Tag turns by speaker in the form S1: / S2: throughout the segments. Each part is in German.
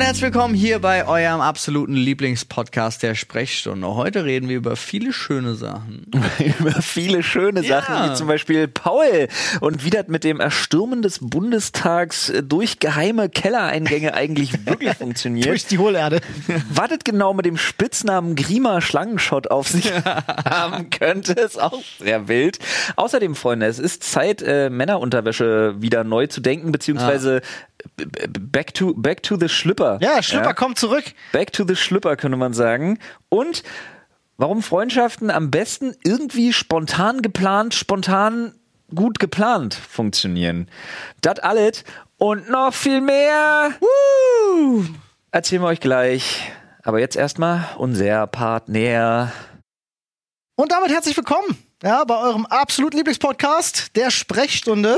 S1: herzlich willkommen hier bei eurem absoluten Lieblingspodcast der Sprechstunde. Heute reden wir über viele schöne Sachen.
S2: über viele schöne
S1: Ja.
S2: Sachen, wie zum Beispiel Paul und wie das mit dem Erstürmen des Bundestags äh, durch geheime Kellereingänge eigentlich wirklich funktioniert.
S3: Durch die Hohlerde.
S2: Was das genau mit dem Spitznamen Grima Schlangenschott auf sich haben könnte, ist auch sehr wild. Außerdem, Freunde, es ist Zeit, äh, Männerunterwäsche wieder neu zu denken, beziehungsweise b- b- back to, back to the Schlüpper.
S3: Ah. Ja, Schlüpper, komm zurück.
S2: Back to the Schlüpper, könnte man sagen. Und warum Freundschaften am besten irgendwie spontan geplant, spontan gut geplant funktionieren. Das alles und noch viel mehr. Erzählen wir euch gleich. Aber jetzt erstmal unser Partner.
S3: Und damit herzlich willkommen. Ja, bei eurem absolut Lieblingspodcast, der Sprechstunde.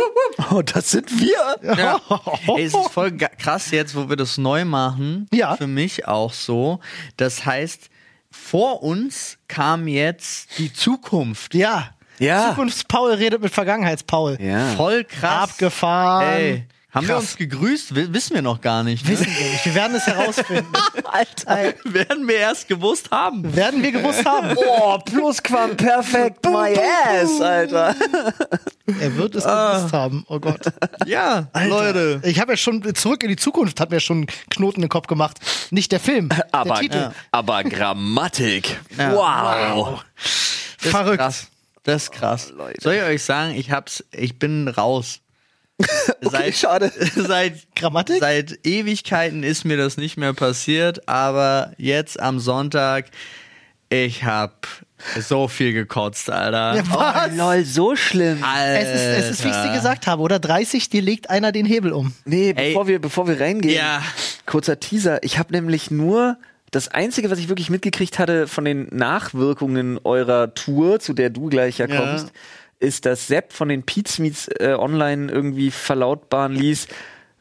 S2: Oh, das sind wir.
S1: Ja.
S3: Oh,
S1: Ey, es ist voll ga- krass jetzt, wo wir das neu machen.
S3: Ja.
S1: Für mich auch so. Das heißt, vor uns kam jetzt die Zukunft.
S3: Ja.
S2: Ja.
S3: Zukunftspaul redet mit Vergangenheitspaul.
S2: Ja.
S1: Voll krass.
S3: Abgefahren.
S1: Ey, haben wir
S3: Krass.
S1: uns gegrüßt? W wissen wir noch gar nicht. Ne?
S3: Wissen wir nicht. Wir werden es herausfinden.
S2: Alter.
S3: Ey,
S1: Werden wir erst gewusst haben.
S3: werden wir gewusst haben.
S2: Oh, Plusquam perfekt my ass, Alter.
S3: Er wird es
S1: Ah.
S3: gewusst haben. Oh Gott.
S1: Ja, Leute.
S3: Ich habe ja schon zurück in die Zukunft, hat mir schon Knoten im Kopf gemacht. Nicht der Film, der
S2: Aber,
S3: Titel.
S2: aber Grammatik.
S1: Ja.
S2: Wow.
S1: Das ist
S3: Verrückt. Oh,
S1: Krass. Das ist krass.
S2: Leute.
S1: Soll ich euch sagen, ich hab's, ich bin raus.
S2: Okay, schade.
S1: Seit
S3: Grammatik?
S1: Seit Ewigkeiten ist mir das nicht mehr passiert, aber jetzt am Sonntag, ich hab so viel gekotzt, Alter.
S3: Ja, was?
S2: Oh, lol, so schlimm.
S1: Alter.
S3: es, ist, es ist, wie ich dir gesagt habe, oder 30, dir legt einer den Hebel um.
S2: Nee,
S1: Ey.
S2: bevor wir, bevor wir reingehen,
S1: Ja.
S2: kurzer Teaser. Ich habe nämlich nur das Einzige, was ich wirklich mitgekriegt hatte von den Nachwirkungen eurer Tour, zu der du gleich ja
S1: Ja.
S2: kommst, ist, dass Sepp von den Pizmeets äh, online irgendwie verlautbaren ließ,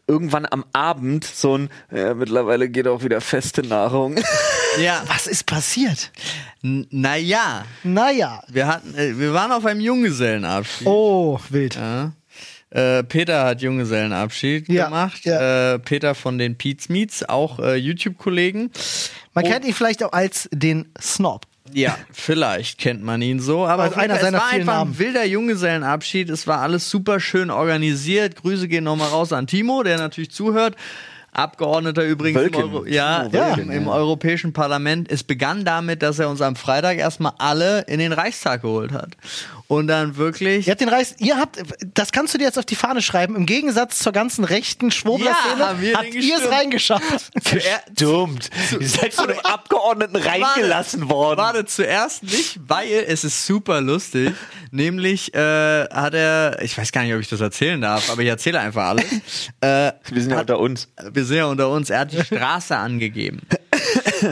S2: irgendwann am Abend so ein, ja, mittlerweile geht auch wieder feste Nahrung.
S1: Ja,
S3: Was ist passiert?
S1: N- naja,
S3: Naja.
S1: wir hatten, äh, wir waren auf einem Junggesellenabschied.
S3: Oh, wild.
S1: Ja. Äh, Peter hat Junggesellenabschied
S3: Ja,
S1: gemacht.
S3: ja.
S1: Äh, Peter von den Pete's Meets, auch äh, YouTube-Kollegen.
S3: Man
S1: Oh.
S3: kennt ihn vielleicht auch als den Snob.
S1: Ja, vielleicht kennt man ihn so, aber
S3: Also
S1: auf jeden
S3: einer
S1: Fall,
S3: seiner
S1: es war
S3: vielen
S1: einfach ein
S3: Namen.
S1: wilder Junggesellenabschied. Es war alles super schön organisiert. Grüße gehen nochmal raus an Timo, der natürlich zuhört. Abgeordneter übrigens im,
S2: Wölken.
S1: Euro ja,
S2: Timo Wölken,
S1: im, im
S2: ja.
S1: Europäischen Parlament. Es begann damit, dass er uns am Freitag erstmal alle in den Reichstag geholt hat. Und dann wirklich.
S3: Ihr habt den Reis, ihr habt, das kannst du dir jetzt auf die Fahne schreiben, im Gegensatz zur ganzen rechten Schwurbler-Szene
S1: Ja, haben wir
S3: habt
S1: den
S3: ihr es
S1: gestimmt.
S3: reingeschafft.
S1: Zuer-
S2: Stimmt. Ihr
S1: halt
S2: seid von einem Abgeordneten reingelassen worden.
S1: Warte, zuerst nicht, weil es ist super lustig. Nämlich äh, hat er, ich weiß gar nicht, ob ich das erzählen darf, aber ich erzähle einfach alles. äh,
S2: Wir sind ja unter uns.
S1: Also wir sind ja unter uns, er hat die Straße angegeben,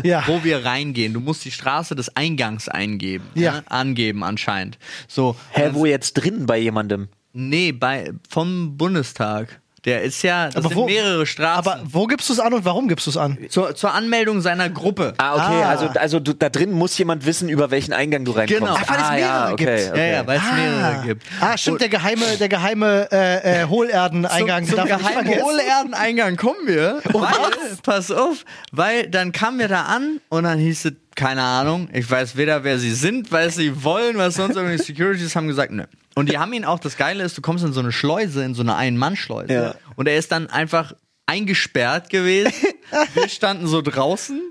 S3: Ja.
S1: wo wir reingehen. Du musst die Straße des Eingangs eingeben.
S3: Ja.
S1: ne? Angeben anscheinend. So,
S2: Hä, wo jetzt drin bei jemandem?
S1: nee, bei, vom Bundestag. Der ist ja, das
S3: Aber
S1: sind
S3: wo-
S1: mehrere Straßen.
S3: Aber wo gibst du es an und warum gibst du es an?
S1: zur, zur Anmeldung seiner Gruppe.
S2: Ah, okay,
S3: Ah.
S2: also, also du, da drin muss jemand wissen, über welchen Eingang du reinkommst.
S1: Genau.
S3: Ach, weil es
S2: ah, ja,
S3: mehrere
S2: okay,
S3: gibt.
S2: Okay.
S1: Ja, ja, weil es mehrere gibt.
S3: Ah, stimmt, der geheime, der geheime äh, äh, Hohlerden-Eingang
S1: Zum, zum
S3: darf man nicht
S1: geheimen
S3: vergessen. Oh,
S1: Hohlerdeneingang kommen wir. Weil, pass auf, weil dann kamen wir da an und dann hieß es, keine Ahnung, ich weiß weder, wer sie sind, weil sie wollen, was sonst irgendwie Securities haben gesagt, nö. Und die haben ihn auch, das Geile ist, du kommst in so eine Schleuse, in so eine Ein-Mann-Schleuse.
S2: Ja.
S1: Und er ist dann einfach eingesperrt gewesen. wir standen so draußen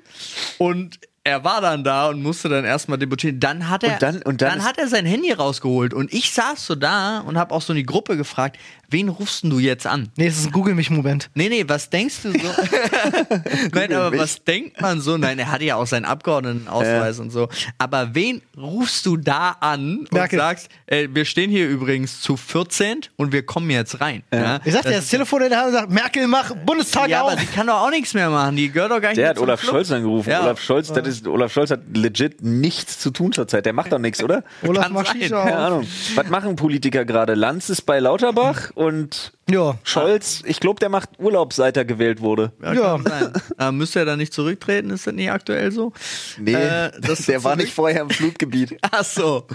S1: und er war dann da und musste dann erstmal debattieren. Dann hat er,
S2: Und dann- und dann ist-
S1: hat er sein Handy rausgeholt und ich saß so da und habe auch so in die Gruppe gefragt, wen rufst denn du jetzt an?
S3: Nee, es ist ein Google-mich-Moment.
S1: Nee, nee, was denkst du so? Nein, aber
S2: mich.
S1: was denkt man so? Nein, er hatte ja auch seinen Abgeordnetenausweis und so. Aber wen rufst du da an und
S3: Merkel.
S1: sagst, äh, wir stehen hier übrigens zu 14 und wir kommen jetzt rein? Ja,
S3: Ich sagte,
S1: Das-
S3: er hat das Telefon in der Hand und sagt, Merkel, mach Bundestag
S1: ja
S3: auf.
S1: aber die kann doch auch nichts mehr machen. Die gehört doch gar nicht
S2: Der
S1: mehr
S2: hat
S1: zum
S2: Olaf
S1: Club.
S2: Scholz angerufen.
S1: Ja.
S2: Olaf Scholz, das ist ist, Olaf Scholz hat legit nichts zu tun zurzeit. Der macht doch nichts, oder?
S3: Olaf
S1: Kann
S3: macht
S1: sein.
S3: Shisha
S2: Keine
S3: auf.
S2: Ahnung. Was machen Politiker gerade? Lanz ist bei Lauterbach und
S3: Ja.
S2: Scholz, ich glaube, der macht Urlaub, seit er gewählt wurde.
S1: Ja,
S3: Ja.
S1: kann sein. Äh, müsste er dann nicht zurücktreten? Ist das nicht aktuell so? Äh, dass er zurück-
S2: vorher im Flutgebiet.
S1: Ach so.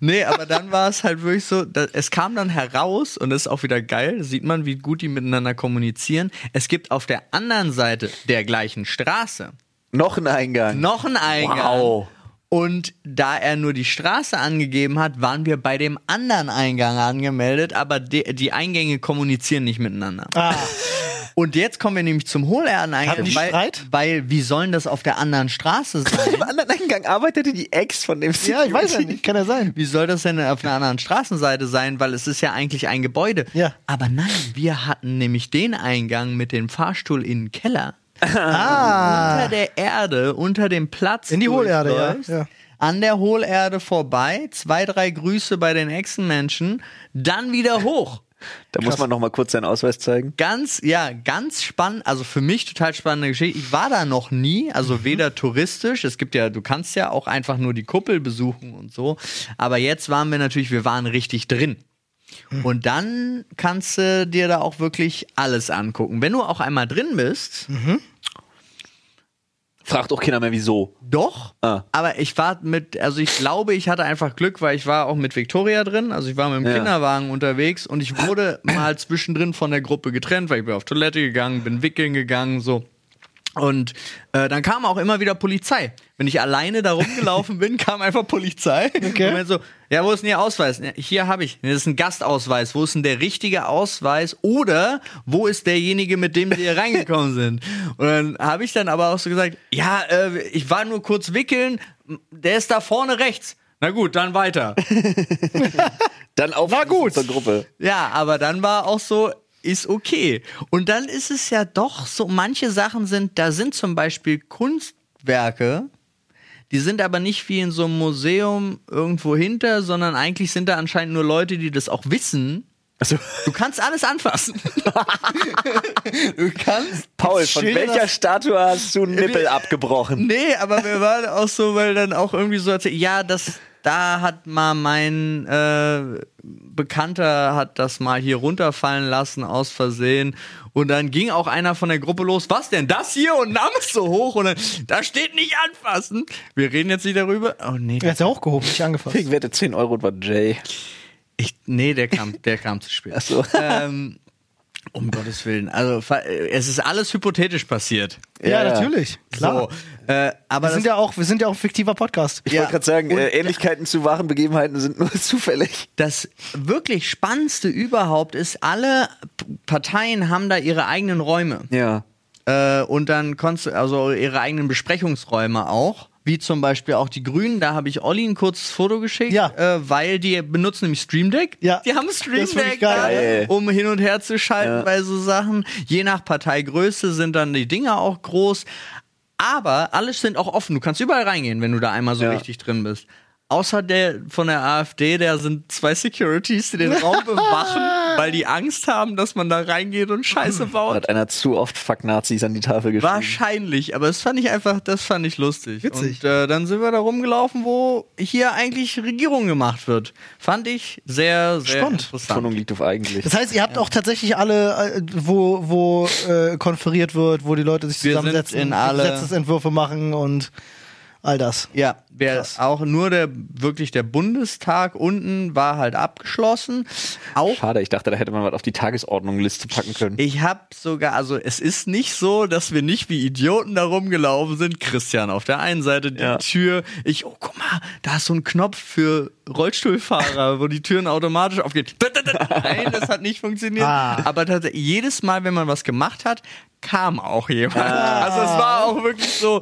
S1: Nee, aber dann war es halt wirklich so, da, es kam dann heraus und das ist auch wieder geil, sieht man, wie gut die miteinander kommunizieren. Es gibt auf der anderen Seite der gleichen Straße
S2: Noch ein Eingang.
S1: noch einen Eingang.
S2: Wow.
S1: Und da er nur die Straße angegeben hat, waren wir bei dem anderen Eingang angemeldet, aber de, die Eingänge kommunizieren nicht miteinander.
S3: Ah,
S1: Und jetzt kommen wir nämlich zum Hohlehren-Eingang,
S3: Hatten die
S1: weil,
S3: Streit?
S1: weil wie sollen das auf der anderen Straße sein?
S2: Im anderen Eingang arbeitete die Ex von dem
S3: ja, ich weiß ja nicht, kann ja sein.
S1: Wie soll das denn auf einer anderen Straßenseite sein? Weil es ist ja eigentlich ein Gebäude.
S3: Ja.
S1: Aber nein, wir hatten nämlich den Eingang mit dem Fahrstuhl in den Keller. Unter der Erde, unter dem Platz.
S3: Ah. In die Hohlerde, ja,
S1: durchläufst,
S3: ja.
S1: An der Hohlerde vorbei, zwei, drei Grüße bei den Echsenmenschen, dann wieder hoch.
S2: Da muss man noch mal kurz seinen Ausweis zeigen.
S1: Ganz, ja, ganz spannend, also für mich total spannende Geschichte. Ich war da noch nie, also
S2: Mhm.
S1: weder touristisch, es gibt ja, du kannst ja auch einfach nur die Kuppel besuchen und so. Aber jetzt waren wir natürlich, wir waren richtig drin.
S2: Mhm.
S1: Und dann kannst du dir da auch wirklich alles angucken. Wenn du auch einmal drin bist,
S2: Mhm. Fragt auch keiner mehr, wieso.
S1: doch,
S2: Ah.
S1: aber ich war mit, also ich glaube, ich hatte einfach Glück, weil ich war auch mit Victoria drin, also ich war mit dem
S2: Ja.
S1: Kinderwagen unterwegs und ich wurde mal zwischendrin von der Gruppe getrennt, weil ich bin auf Toilette gegangen, bin wickeln gegangen, so. Und äh, dann kam auch immer wieder Polizei. Wenn ich alleine da rumgelaufen bin, kam einfach Polizei.
S3: Okay.
S1: Und meinte so, ja, wo ist denn Ihr Ausweis? Ja, hier habe ich. Nee, Das ist ein Gastausweis. Wo ist denn der richtige Ausweis? Oder wo ist derjenige, mit dem Sie hier reingekommen sind? Und dann habe ich dann aber auch so gesagt, ja, äh, ich war nur kurz wickeln. Der ist da vorne rechts. Na gut, dann weiter.
S2: Dann auf
S3: Na gut.
S2: zur Gruppe.
S1: Ja, aber dann war auch so, ist okay. Und dann ist es ja doch so, manche Sachen sind, da sind zum Beispiel Kunstwerke, die sind aber nicht wie in so einem Museum irgendwo hinter, sondern eigentlich sind da anscheinend nur Leute, die das auch wissen.
S2: Also,
S1: Du kannst alles anfassen. du kannst.
S2: Paul, von
S3: Schön,
S2: welcher
S3: dass-
S2: Statue hast du einen Nippel abgebrochen?
S1: Nee, aber wir waren auch so, weil dann auch irgendwie so, erzählt, ja, das, da hat mal mein äh, Bekannter hat das mal hier runterfallen lassen aus Versehen. Und dann ging auch einer von der Gruppe los, was denn das hier? Und nahm es so hoch und dann, da steht nicht anfassen. Wir reden jetzt nicht darüber. Oh nee,
S3: Er hat's ja hochgehoben, nicht angefasst.
S2: Ich wette 10 Euro war Jay. Also,
S1: ich, nee, der kam, der kam zu spät.
S2: Ach so.
S1: Ähm, um Gottes Willen. Also fa- es ist alles hypothetisch passiert.
S3: Ja,
S2: Ja, ja.
S3: natürlich. Klar.
S1: So, äh, aber
S3: Wir sind
S1: das,
S3: ja auch, wir sind ja auch ein fiktiver Podcast.
S2: Ich
S1: Ja.
S2: wollte gerade sagen,
S1: Und-
S2: äh, Ähnlichkeiten zu wahren Begebenheiten sind nur zufällig.
S1: das wirklich Spannendste überhaupt ist, alle P- Parteien haben da ihre eigenen Räume.
S2: Ja.
S1: Äh, und dann konntest du, also ihre eigenen Besprechungsräume auch. Wie zum Beispiel auch die Grünen, da habe ich Olli ein kurzes Foto geschickt,
S3: Ja.
S1: äh, weil die benutzen nämlich Stream Deck.
S3: Ja.
S1: Die haben Stream
S3: Das find ich
S1: Deck,
S3: geil.
S1: da, um hin und her zu schalten
S2: Ja.
S1: bei so Sachen. Je nach Parteigröße sind dann die Dinge auch groß. Aber alles sind auch offen. Du kannst überall reingehen, wenn du da einmal so
S2: Ja.
S1: richtig drin bist. Außer der von der AfD, der sind zwei Securities, die den Raum bewachen, weil die Angst haben, dass man da reingeht und Scheiße baut.
S2: Hat einer zu oft Fuck Nazis an die Tafel geschrieben.
S1: Wahrscheinlich, aber das fand ich einfach, das fand ich lustig.
S3: Witzig.
S1: Und äh, dann sind wir da rumgelaufen, wo hier eigentlich Regierung gemacht wird. Fand ich sehr, sehr
S3: Spannend.
S1: interessant.
S2: Spannung liegt auf eigentlich.
S3: Das heißt, ihr habt auch tatsächlich alle, äh, wo, wo äh, konferiert wird, wo die Leute sich
S1: Wir sind
S3: zusammensetzen,
S1: in alle-
S3: Gesetzesentwürfe machen und all das.
S1: Ja, wer
S3: Krass.
S1: auch nur der wirklich der Bundestag unten war halt abgeschlossen. Auch
S2: Schade, ich dachte, da hätte man was auf die Tagesordnungliste packen können.
S1: ich habe sogar, also es ist nicht so, dass wir nicht wie Idioten da rumgelaufen sind. Christian auf der einen Seite die
S2: Ja.
S1: Tür. Ich, oh guck mal, da ist so ein Knopf für Rollstuhlfahrer, wo die Türen automatisch aufgehen. Nein, das hat nicht funktioniert.
S3: Ah.
S1: Aber tatsächlich, jedes Mal, wenn man was gemacht hat, kam auch jemand. Also es war auch wirklich so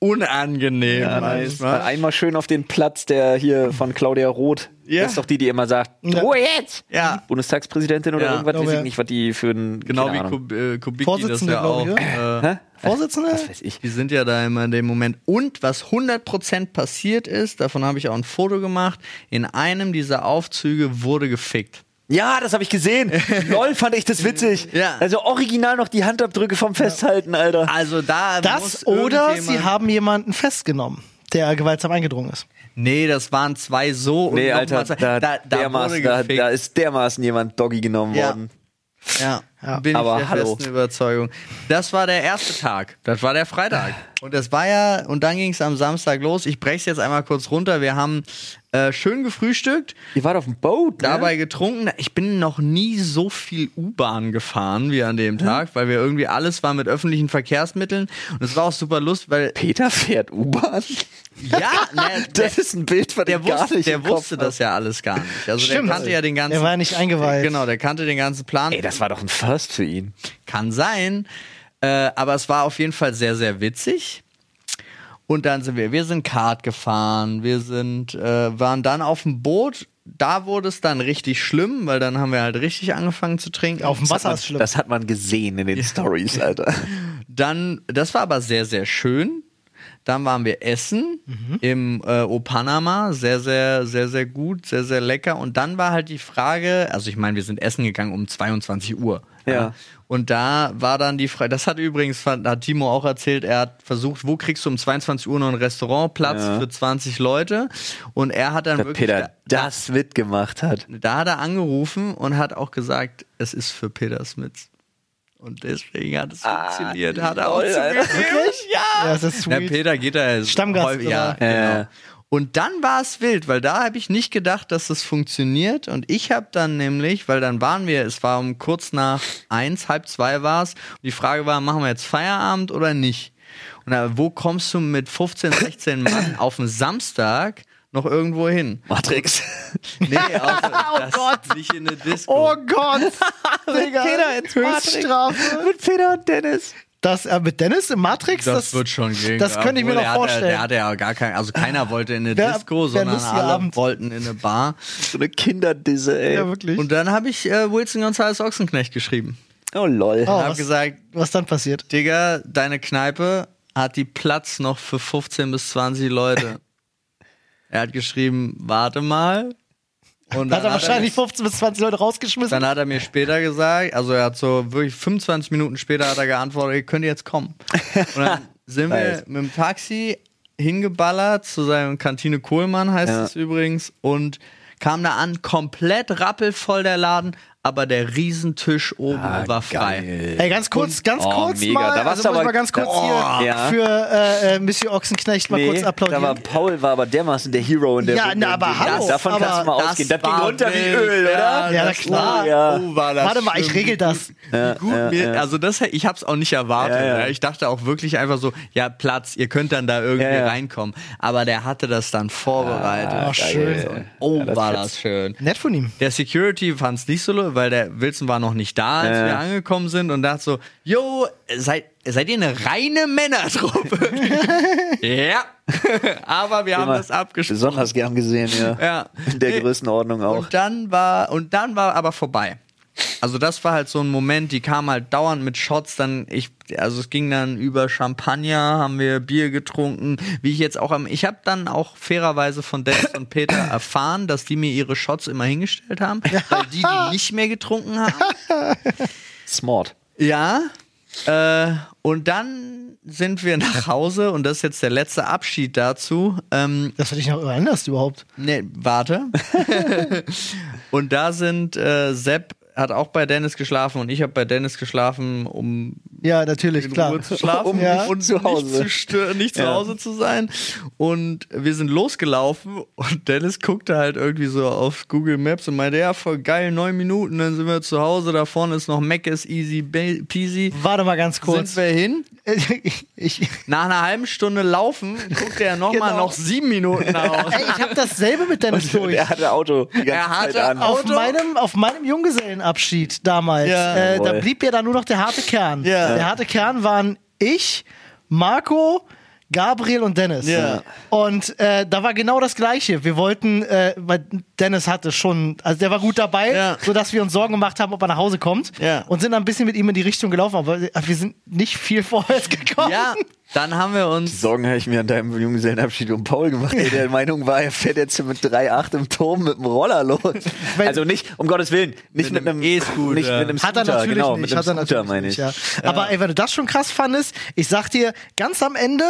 S1: unangenehm
S2: Ja, nice.
S1: manchmal.
S2: Mal einmal schön auf den Platz, der hier von Claudia Roth,
S1: Ja.
S2: das ist doch die, die immer sagt,
S3: Ja.
S2: Ruhe jetzt!
S1: Ja.
S2: Bundestagspräsidentin oder
S1: Ja.
S2: irgendwas,
S3: Glaube,
S2: weiß ich
S3: ja.
S2: nicht, was die für ein...
S1: Genau
S2: halt keine
S1: wie
S2: Ahnung.
S1: Kub, äh, Kubicki das
S3: Vorsitzende,
S1: ja auch.
S3: glaub ich,
S1: Äh,
S3: Vorsitzende?
S2: Was weiß ich.
S1: Die sind ja da immer in dem Moment. Und was 100% passiert ist, davon habe ich auch ein Foto gemacht, in einem dieser Aufzüge wurde gefickt.
S2: Ja, das habe ich gesehen. Lol, fand ich das witzig.
S1: Ja.
S2: Also original noch die Handabdrücke vom Festhalten, Alter.
S1: Also da muss
S3: Das oder
S1: irgendjemand-
S3: sie haben jemanden festgenommen, der gewaltsam eingedrungen ist.
S1: Nee, das waren zwei so und
S2: Nee,
S1: noch
S2: Alter,
S1: mal zwei. da,
S2: da,
S1: da wurde
S2: dermaßen, da,
S1: gefickt.
S2: da ist dermaßen jemand Doggy genommen
S1: Ja.
S2: worden.
S1: Ja, bin
S2: Aber
S1: ich der
S2: hallo.
S1: festen Überzeugung. Das war der erste Tag. Das war der Freitag. Und das war ja, und dann ging es am Samstag los. Ich breche es jetzt einmal kurz runter. Wir haben äh, schön gefrühstückt,
S2: Ihr wart auf dem Boot, ne?
S1: dabei getrunken. Ich bin noch nie so viel U-Bahn gefahren wie an dem Tag, weil wir irgendwie alles war mit öffentlichen Verkehrsmitteln. Und es war auch super lustig, weil
S2: Peter fährt U-Bahn.
S1: ja, ne, der,
S2: Das ist ein Bild, was
S1: der
S2: ich gar
S1: wusste,
S2: nicht im
S1: der
S2: Kopf
S1: wusste
S2: hab.
S1: das ja alles gar nicht. Also
S3: Stimmt.
S1: der kannte ja den ganzen
S3: Er war nicht eingeweiht.
S1: Genau, der kannte den ganzen Plan.
S2: Ey, das war doch ein First für ihn.
S1: Kann sein. Äh, aber es war auf jeden Fall sehr, sehr witzig. Und dann sind wir, wir sind Kart gefahren, wir sind, äh, waren dann auf dem Boot. Da wurde es dann richtig schlimm, weil dann haben wir halt richtig angefangen zu trinken.
S3: Auf dem Wasser ist schlimm.
S2: Das hat man gesehen in den Stories, Alter.
S1: Dann, das war aber sehr, sehr schön. Dann waren wir essen
S2: Mhm.
S1: im äh, O Panama, sehr, sehr, sehr, sehr gut, sehr, sehr lecker. Und dann war halt die Frage, also ich meine, wir sind essen gegangen um 22 Uhr.
S2: Ja.
S1: Und da war dann die Frage, das hat übrigens, fand- hat Timo auch erzählt, er hat versucht, wo kriegst du um 22 Uhr noch einen Restaurantplatz
S2: Ja.
S1: für 20 Leute? Und er hat dann
S2: Dass
S1: wirklich,
S2: Peter das mitgemacht hat.
S1: da, da hat er angerufen und hat auch gesagt, es ist für Peter Smith. Und deswegen hat es funktioniert, hat er auch
S2: Ah, lol,
S1: zu mir
S2: Alter.
S1: gegeben. Ja!
S3: Ja, das ist
S1: Na,
S3: sweet.
S1: Peter geht da jetzt
S3: Stammgast,
S1: häufig- ja,
S3: oder?
S1: genau.
S2: Ja.
S1: Und dann war es wild, weil da habe ich nicht gedacht, dass das funktioniert. Und ich habe dann nämlich, weil dann waren wir, es war um kurz nach eins, halb zwei war es. Und die Frage war, machen wir jetzt Feierabend oder nicht? Und da, wo kommst du mit 15, 16 Mann auf dem Samstag noch irgendwo hin?
S2: Matrix.
S1: Nee, außer,
S3: Oh
S1: das
S3: Gott.
S1: nicht in eine Disco.
S3: Oh Gott! Digga,
S2: Peter ins
S3: Höchststrafe.
S2: Mit Peter und Dennis.
S3: Das, äh, mit Dennis im Matrix, das,
S1: gehen.
S3: Das könnte ich mir
S1: Obwohl,
S3: noch
S1: der hatte-
S3: vorstellen.
S1: Der hatte ja gar kein, also keiner wollte in eine
S3: Wer-
S1: Disco,
S3: wer
S1: sondern
S3: lustiger
S1: alle
S3: Abend.
S1: wollten in eine Bar.
S2: So eine Kinderdisse, ey.
S3: ja, wirklich.
S1: Und dann habe ich äh, Wilson Gonzalez Ochsenknecht geschrieben.
S2: oh, lol.
S1: Und
S3: Oh,
S1: habe
S3: was-
S1: gesagt,
S3: was dann passiert?
S1: Digga, deine Kneipe hat die Platz noch für 15 bis 20 Leute. er hat geschrieben, warte mal. Und
S3: Da hat
S1: hat
S3: er
S1: er
S3: wahrscheinlich
S1: mir,
S3: 15 bis 20 Leute rausgeschmissen.
S1: dann hat er mir später gesagt, also er hat so wirklich 25 Minuten später hat er geantwortet, ihr könnt jetzt kommen. Und dann sind wir
S2: Nice.
S1: mit dem Taxi hingeballert zu seinem Kantine Kohlmann heißt
S2: Ja.
S1: es übrigens und kam da an, komplett rappelvoll der Laden, aber der Riesentisch oben
S2: Ah,
S3: Äh,
S1: war frei.
S3: Ey, ganz kurz, ganz
S2: Oh,
S3: kurz
S2: mega.
S3: mal,
S2: Da warst du
S3: also muss ich
S2: aber-
S3: mal ganz kurz
S2: Oh,
S3: hier
S2: ja.
S3: für äh, äh, Monsieur Ochsenknecht mal
S2: Nee,
S3: kurz applaudieren.
S2: Da war Paul war aber dermaßen der Hero in der
S3: Ja,
S2: Runde.
S3: na, aber
S2: Das-
S3: hallo,
S2: Davon kannst du
S3: aber
S2: mal
S1: das
S2: ausgehen. Das ging
S1: war
S2: runter wie
S1: wild,
S2: Öl,
S1: ja,
S2: oder?
S3: Ja, na
S1: das
S3: klar.
S1: war-
S2: Ja.
S1: Oh, war das
S3: Warte mal, ich
S1: schlimm.
S3: regel das.
S1: Wie gut mir, also das, ich habe es auch nicht erwartet.
S2: Ja, ja.
S1: ne? Ich dachte auch wirklich einfach so, ja Platz, ihr könnt dann da irgendwie
S2: Ja, ja.
S1: reinkommen. Aber der hatte das dann
S3: Ah,
S1: vorbereitet.
S3: schön.
S1: Und, oh,
S2: das
S1: war
S2: fetzt.
S1: das schön.
S3: Nett von ihm.
S1: Der Security fand es nicht so, lo- weil der Wilson war noch nicht da, als
S2: Ja.
S1: wir angekommen sind und dachte so, yo, seid, seid ihr eine reine Männertruppe? ja, aber wir haben
S2: Immer
S1: das abgesprochen.
S2: Besonders gern gesehen, ja.
S1: Ja.
S2: In der
S1: Nee.
S2: Größenordnung auch.
S1: Und dann war, und dann war aber vorbei. Also das war halt so ein Moment, die kam halt dauernd mit Shots, dann ich, also es ging dann über Champagner, haben wir Bier getrunken, wie ich jetzt auch am, ich habe dann auch fairerweise von Dennis und Peter erfahren, dass die mir ihre Shots immer hingestellt haben, weil die die nicht mehr getrunken haben.
S2: Smart.
S1: Ja. Äh, und dann sind wir nach Hause und das ist jetzt der letzte Abschied dazu. Ähm,
S3: Das hätte ich noch anders überhaupt.
S1: Nee, warte. und da sind äh, Sepp hat auch bei Dennis geschlafen und ich habe bei Dennis geschlafen, um
S3: Ja, natürlich,
S1: in
S3: klar.
S1: Ruhe zu schlafen
S2: Um
S3: Ja.
S1: und
S2: nicht zu Hause.
S1: nicht, zu, stö- nicht zu
S2: Ja.
S1: Hause zu sein. Und wir sind losgelaufen und Dennis guckte halt irgendwie so auf Google Maps und meinte, ja, voll geil, neun Minuten, dann sind wir zu Hause, da vorne ist noch Mac is easy ba- peasy.
S3: Warte mal ganz kurz.
S1: Sind wir hin?
S3: Ich,
S1: Nach einer halben Stunde laufen guckte er nochmal
S3: Genau.
S1: noch sieben Minuten nach Hause.
S3: ey, ich habe dasselbe mit Dennis durch.
S2: Er hatte Auto die ganze
S1: Er hatte
S2: Zeit an.
S1: Au-
S3: Auf
S1: Auto?
S3: meinem, auf meinem Junggesellenabschied damals,
S1: Ja.
S3: äh, da
S2: Jawohl.
S3: blieb ja dann nur noch der harte Kern.
S1: Ja.
S3: Der harte Kern waren ich, Marco, Gabriel und Dennis.
S1: Ja.
S3: Und äh, da war genau das Gleiche. Wir wollten, äh, weil Dennis hatte schon, also der war gut dabei,
S1: Ja.
S3: sodass wir uns Sorgen gemacht haben, ob er nach Hause kommt.
S1: Ja.
S3: Und sind dann ein bisschen mit ihm in die Richtung gelaufen, aber wir sind nicht viel vorwärts gekommen.
S1: Ja, Dann haben wir uns
S2: Sorgen habe ich mir an deinem Junggesellenabschied um Paul gemacht, der der Meinung war, er fährt jetzt hier mit 3,8 im Turm mit dem Roller los. also nicht, um Gottes Willen, nicht mit,
S1: Mit einem
S2: einem
S1: E-Scooter.
S2: Nicht mit einem
S3: Hat er
S2: Scooter,
S3: natürlich
S2: genau,
S3: nicht.
S2: mit einem
S3: hat er
S2: Scooter
S3: natürlich
S2: meine ich. Äh.
S3: nicht ja. Aber ey, wenn du das schon krass fandest, ich sag dir ganz am Ende,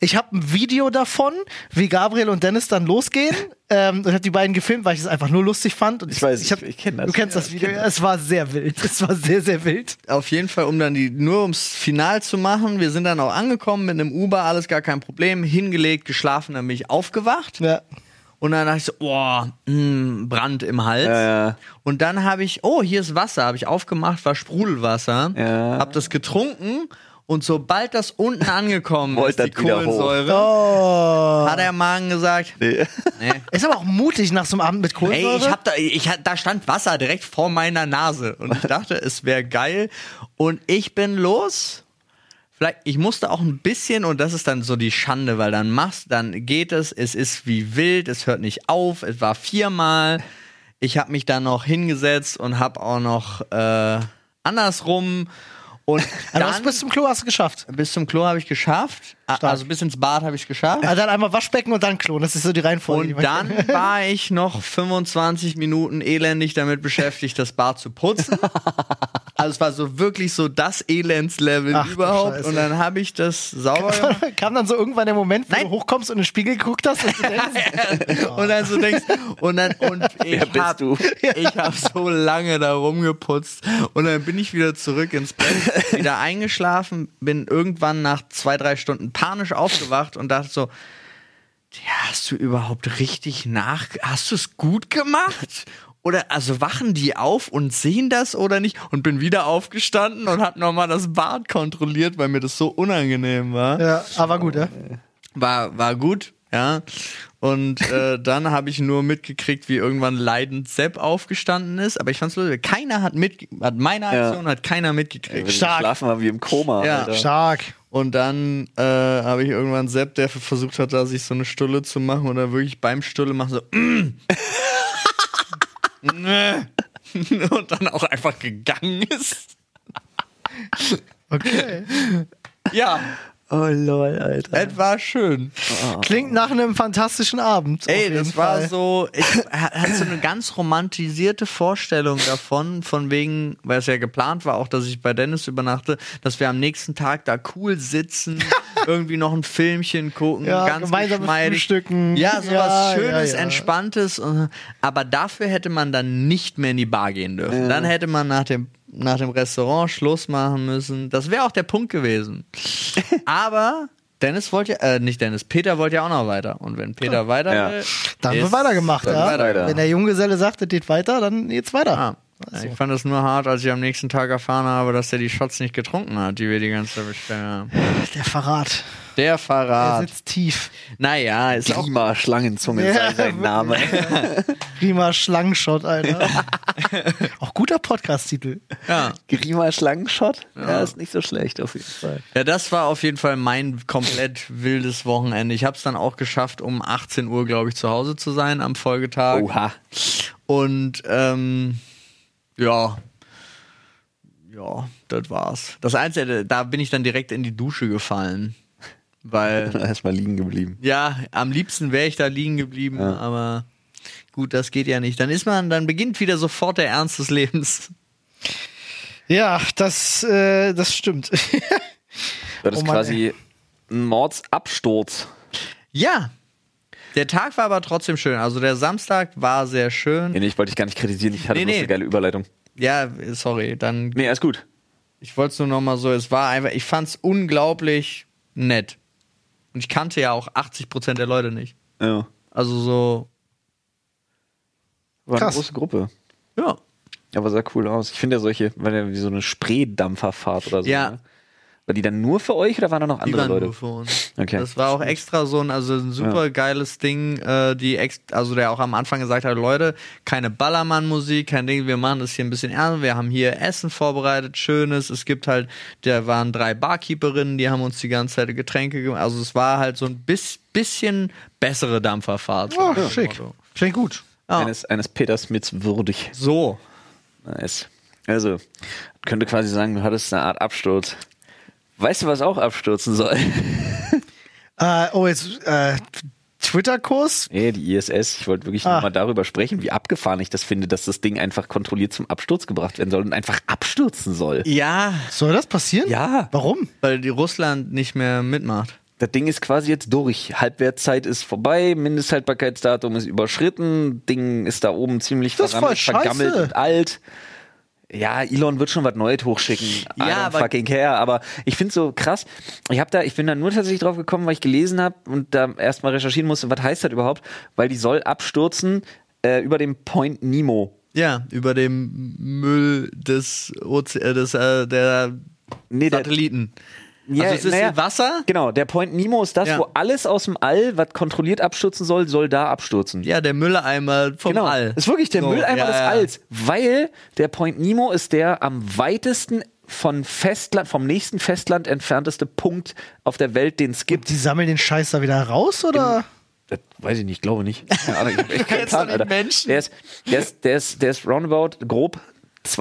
S3: ich habe ein Video davon, wie Gabriel und Dennis dann losgehen. ähm, und hab die beiden gefilmt, weil ich es einfach nur lustig fand. Und
S2: Ich weiß,
S3: hab-
S2: ich- ich kenn das.
S3: Du kennst
S2: Ja,
S3: das Video. Ja, Es war sehr wild. Es war sehr, sehr wild.
S1: auf jeden Fall, um dann die, nur ums Final zu machen, wir sind dann auch angekommen mit einem Uber, alles gar kein Problem, hingelegt, geschlafen, dann bin ich aufgewacht.
S3: Ja.
S1: Und dann dachte ich so, oh, mh, Brand im Hals.
S2: Ja, ja.
S1: Und dann habe ich, oh, hier ist Wasser, habe ich aufgemacht, war Sprudelwasser,
S2: Ja.
S1: habe das getrunken und sobald das unten angekommen ist,
S2: Wollte
S1: die
S2: das wieder hoch.
S1: Kohlensäure,
S3: Oh.
S1: hat der Magen gesagt,
S2: Nee.
S1: nee.
S3: Ist aber auch mutig nach so einem Abend mit Kohlensäure.
S1: Ey, ich hab da, ich hab, da stand Wasser direkt vor meiner Nase und ich dachte, es wäre geil. Und ich bin los. Vielleicht, ich musste auch ein bisschen, und das ist dann so die Schande, weil dann machst, dann geht es, es ist wie wild, es hört nicht auf, es war viermal. Ich habe mich dann noch hingesetzt und habe auch noch äh, andersrum. Und
S3: also
S1: dann
S3: hast du bis zum Klo hast du geschafft.
S1: bis zum Klo habe ich geschafft. A- Also bis ins Bad habe ich geschafft.
S3: Also dann einmal Waschbecken und dann Klo. Das ist so die Reihenfolge. die
S1: Und
S3: man
S1: dann
S3: kennt.
S1: war ich noch 25 Minuten elendig damit beschäftigt, das Bad zu putzen. Also es war so wirklich so das Elendslevel
S3: Ach, du
S1: überhaupt.
S3: Scheiße.
S1: Und dann habe ich das sauber gemacht.
S3: Kam dann so irgendwann der Moment, wo
S1: Nein.
S3: du hochkommst und in den Spiegel geguckt hast und du denkst,
S1: Und dann so denkst, und dann, und ich
S2: Wer bist
S1: hab,
S2: du?
S1: Ich habe so lange da rumgeputzt. Und dann bin ich wieder zurück ins Bett, wieder eingeschlafen, bin irgendwann nach zwei, drei Stunden panisch aufgewacht und dachte so, Ja, hast du überhaupt richtig nach? Hast du es gut gemacht? Oder also wachen die auf und sehen das oder nicht? Und bin wieder aufgestanden und hab nochmal das Bad kontrolliert, weil mir das so unangenehm war.
S3: ja, aber gut, ja.
S1: War, war gut, ja. Und äh, dann habe ich nur mitgekriegt, wie irgendwann leidend Sepp aufgestanden ist. Aber ich fand's lustig. Keiner hat mit, hat meine
S2: Ja.
S1: Aktion hat keiner
S2: Wenn
S1: mitgekriegt.
S2: wir
S3: Stark.
S2: Schlafen haben wie im Koma.
S1: Ja.
S2: Alter.
S3: Stark.
S1: Und dann äh, habe ich irgendwann Sepp, der versucht hat, da sich so eine Stulle zu machen oder wirklich beim Stulle machen so. "Mm." Nö. und dann auch einfach gegangen ist.
S3: Okay.
S1: Ja,
S2: Oh lol, Alter.
S1: es war schön.
S3: Klingt nach einem fantastischen Abend. auf
S1: Ey,
S3: jeden
S1: das war
S3: Fall.
S1: so, ich hatte so eine ganz romantisierte Vorstellung davon, von wegen, weil es ja geplant war, auch dass ich bei Dennis übernachte, dass wir am nächsten Tag da cool sitzen, irgendwie noch ein Filmchen gucken,
S3: Ja,
S1: ganz
S3: gemeinsam
S1: geschmeidig.
S3: frühstücken.
S1: Ja, sowas
S3: Ja,
S1: Schönes,
S3: ja, ja.
S1: Entspanntes. äh, Aber dafür hätte man dann nicht mehr in die Bar gehen dürfen. Dann hätte man nach dem, nach dem Restaurant Schluss machen müssen. Das wäre auch der Punkt gewesen. Aber. Dennis wollte ja, äh, nicht Dennis, Peter wollte ja auch noch weiter. Und wenn Peter weiter
S2: Ja.
S1: will,
S3: Dann wird
S1: ist-
S3: weitergemacht,
S2: dann
S3: ja.
S2: wird weiter.
S3: Wenn der Junggeselle sagt, es geht weiter, dann geht's weiter.
S1: Ah, Ich fand es nur hart, als ich am nächsten Tag erfahren habe, dass er die Shots nicht getrunken hat, die wir die ganze Zeit bestellt haben.
S3: Der Verrat.
S1: Der
S3: Der
S1: Verrat.
S3: sitzt tief.
S1: Naja, ist auch.
S2: Klima, Schlangenzunge
S3: Ja,
S2: sei sein Name.
S3: Prima Schlangenshot, Alter. Auch guter Podcast-Titel.
S1: Ja.
S2: Grima Schlangenshot? Ja. ist nicht so schlecht auf jeden Fall.
S1: ja, das war auf jeden Fall mein komplett wildes Wochenende. Ich habe es dann auch geschafft, um 18 Uhr, glaube ich, zu Hause zu sein am Folgetag.
S2: Oha.
S1: Und ähm, ja. Ja, das war's. Das Einzige, da bin ich dann direkt in die Dusche gefallen. Weil
S2: Erstmal liegen geblieben.
S1: Ja, am liebsten wäre ich da liegen geblieben, aber gut, das geht ja nicht. Dann ist man, dann beginnt wieder sofort der Ernst des Lebens.
S3: Ja, das, äh, das stimmt.
S2: Das
S3: Oh
S2: ist
S3: Mann,
S2: quasi ein Mordsabsturz.
S1: Ja. Der Tag war aber trotzdem schön. Also der Samstag war sehr schön.
S2: Nee, nee, ich wollte dich gar nicht kritisieren, ich hatte
S1: Nee,
S2: bloß
S1: nee.
S2: eine geile Überleitung.
S1: Ja, sorry. Dann,
S2: Nee, alles gut.
S1: ich wollte es nur nochmal so, es war einfach, ich fand es unglaublich nett. Und ich kannte ja auch 80% der Leute nicht.
S2: Ja.
S1: Also so,
S2: War
S3: Krass.
S2: eine große Gruppe.
S1: ja.
S2: Aber sah cool aus. Ich finde ja solche, weil ja wie so eine Spreedampferfahrt oder so.
S1: Ja.
S2: Ne? War die dann nur für euch oder waren da noch
S1: Die
S2: andere
S1: waren
S2: Leute?
S1: nur für uns.
S2: Okay.
S1: Das war auch extra so ein, also ein super geiles Ding, äh, die ex also der auch am Anfang gesagt hat, Leute, keine Ballermann-Musik, kein Ding, wir machen das hier ein bisschen ernst, wir haben hier Essen vorbereitet, Schönes, es gibt halt, da waren drei Barkeeperinnen, die haben uns die ganze Zeit Getränke gemacht, also es war halt so ein bis, bisschen bessere Dampferfahrt.
S3: Oh,
S1: Ja.
S3: schick. Klingt gut.
S1: Ja.
S2: Eines, eines Peter Smiths würdig.
S1: So.
S2: Nice. Also, könnte quasi sagen, du hattest eine Art Absturz. Weißt du, was auch abstürzen soll?
S3: Äh, oh, jetzt äh, Twitter-Kurs.
S2: Nee, die ISS, ich wollte wirklich
S3: Ah.
S2: nochmal darüber sprechen, wie abgefahren ich das finde, dass das Ding einfach kontrolliert zum Absturz gebracht werden soll und einfach abstürzen soll.
S1: Ja,
S3: Soll das passieren?
S2: Ja.
S3: Warum?
S1: weil die Russland nicht mehr mitmacht.
S2: Das Ding ist quasi jetzt durch. Halbwertszeit ist vorbei, Mindesthaltbarkeitsdatum ist überschritten, Ding ist da oben ziemlich
S3: Das ist voll
S2: verrammelt, vergammelt
S3: scheiße.
S2: und alt. Ja, Elon wird schon was Neues hochschicken. I
S1: Ja,
S2: don't
S1: aber-
S2: fucking care. Aber ich finde so krass. Ich habe da, ich bin da nur tatsächlich drauf gekommen, weil ich gelesen habe und da erstmal recherchieren musste, was heißt das überhaupt? Weil die soll abstürzen äh, über dem Point Nemo.
S1: Ja, über dem Müll des, Oze äh, des äh, der
S2: Nee, der-
S1: Satelliten.
S2: Ja,
S1: also es ist
S2: naja,
S1: im Wasser.
S2: Genau, der Point Nemo ist das,
S1: Ja.
S2: wo alles aus dem All, was kontrolliert abstürzen soll, soll da abstürzen.
S1: Ja, der Mülleimer vom
S2: Genau.
S1: All.
S2: Ist wirklich der
S1: So,
S2: Mülleimer
S1: ja,
S2: des
S1: ja.
S2: Alls, weil der Point Nemo ist der am weitesten von Festland, vom nächsten Festland entfernteste Punkt auf der Welt, den es gibt.
S3: Die sammeln den Scheiß da wieder raus oder?
S2: Das weiß ich nicht, glaube nicht. Keine Ahnung, ich hab echt keinen
S1: Kennst du
S2: Plan,
S1: den
S2: Alter.
S1: Menschen?
S2: Der ist, der, ist, der, ist, der ist roundabout grob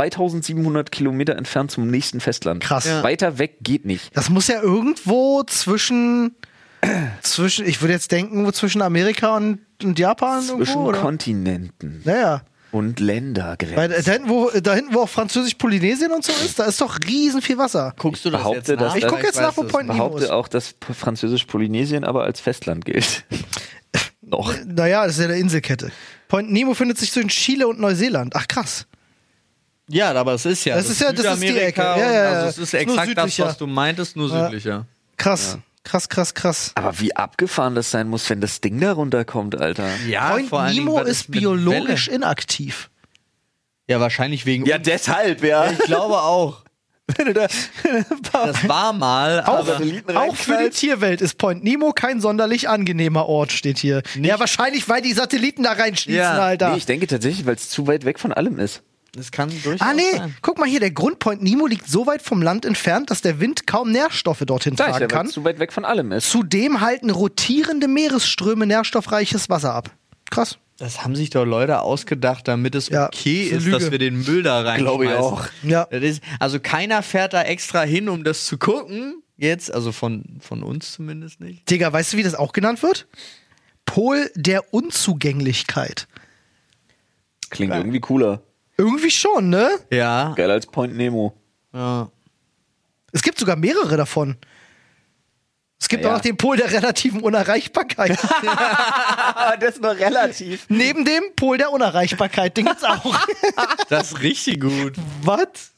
S2: 2700 Kilometer entfernt zum nächsten Festland.
S3: Krass. Ja.
S2: Weiter weg geht nicht.
S3: Das muss ja irgendwo zwischen zwischen ich würde jetzt denken, wo zwischen Amerika und, und Japan
S2: Zwischen
S3: irgendwo oder?
S2: Kontinenten
S3: Naja,
S2: und Ländergrenzen.
S3: weil da hinten, wo, da hinten, wo auch Französisch-Polynesien und so ist, da ist doch riesen viel Wasser.
S1: Guckst du das
S2: behaupte,
S1: jetzt nach?
S2: dass Ich das-
S3: guck jetzt nach, wo
S1: es
S3: Point-
S1: nicht.
S3: Nemo ist-
S2: behaupte auch, dass P- Französisch-Polynesien aber als Festland gilt. Noch.
S3: Naja, das ist ja der Inselkette. Point Nemo findet sich zwischen Chile und Neuseeland. Ach krass.
S1: Ja, aber es ist ja.
S3: Das ist ja- das ist die
S1: Südamerika
S3: Ecke. Ja,
S1: und-
S3: ja, ja.
S1: Also es ist
S3: Ist nur
S1: exakt das,
S3: südlicher.
S1: was du meintest, nur südlicher.
S3: Krass. Krass, krass, krass.
S2: Aber wie abgefahren das sein muss, wenn das Ding da runterkommt, Alter.
S1: Ja,
S3: Point
S1: vor allen
S3: Nemo
S1: Dingen, was
S3: ist
S1: mit
S3: biologisch
S1: Welle?
S3: inaktiv.
S1: Ja, wahrscheinlich wegen.
S2: deshalb, ja.
S1: ich glaube auch.
S2: Wenn du da
S1: Das war mal.
S3: Auch,
S1: aber
S2: Satelliten
S3: auch für die
S2: reinknallt.
S3: Tierwelt ist Point Nemo kein sonderlich angenehmer Ort, steht hier. Ja, wahrscheinlich, weil die Satelliten da reinschießen,
S1: Ja,
S3: Alter.
S2: Nee, ich denke tatsächlich, weil es zu weit weg von allem ist.
S1: es kann durchaus
S3: Ah, nee,
S1: sein.
S3: guck mal hier, der Grund Point Nemo liegt so weit vom Land entfernt, dass der Wind kaum Nährstoffe dorthin
S2: Sag ich
S3: tragen
S2: ja, weil
S3: kann.
S2: es zu weit weg von allem ist.
S3: Zudem halten rotierende Meeresströme nährstoffreiches Wasser ab. Krass.
S1: Das haben sich doch Leute ausgedacht, damit es
S3: Ja,
S1: okay
S3: ist eine
S1: ist,
S3: Lüge.
S1: dass wir den Müll da rein
S2: Glaube ich auch.
S3: Ja.
S1: Das ist, also keiner fährt da extra hin, um das zu gucken. Jetzt, also von, von uns zumindest nicht.
S3: Digga, weißt du, wie das auch genannt wird? Pol der Unzugänglichkeit.
S2: Klingt irgendwie cooler.
S3: Irgendwie schon, ne?
S1: Ja.
S2: Geiler als Point Nemo.
S1: ja.
S3: Es gibt sogar mehrere davon. Es gibt
S2: Ja.
S3: auch noch den Pol der relativen Unerreichbarkeit.
S2: Ah, das ist nur relativ.
S3: Neben dem Pol der Unerreichbarkeit, den gibt's auch.
S1: Das ist richtig gut.
S3: Was?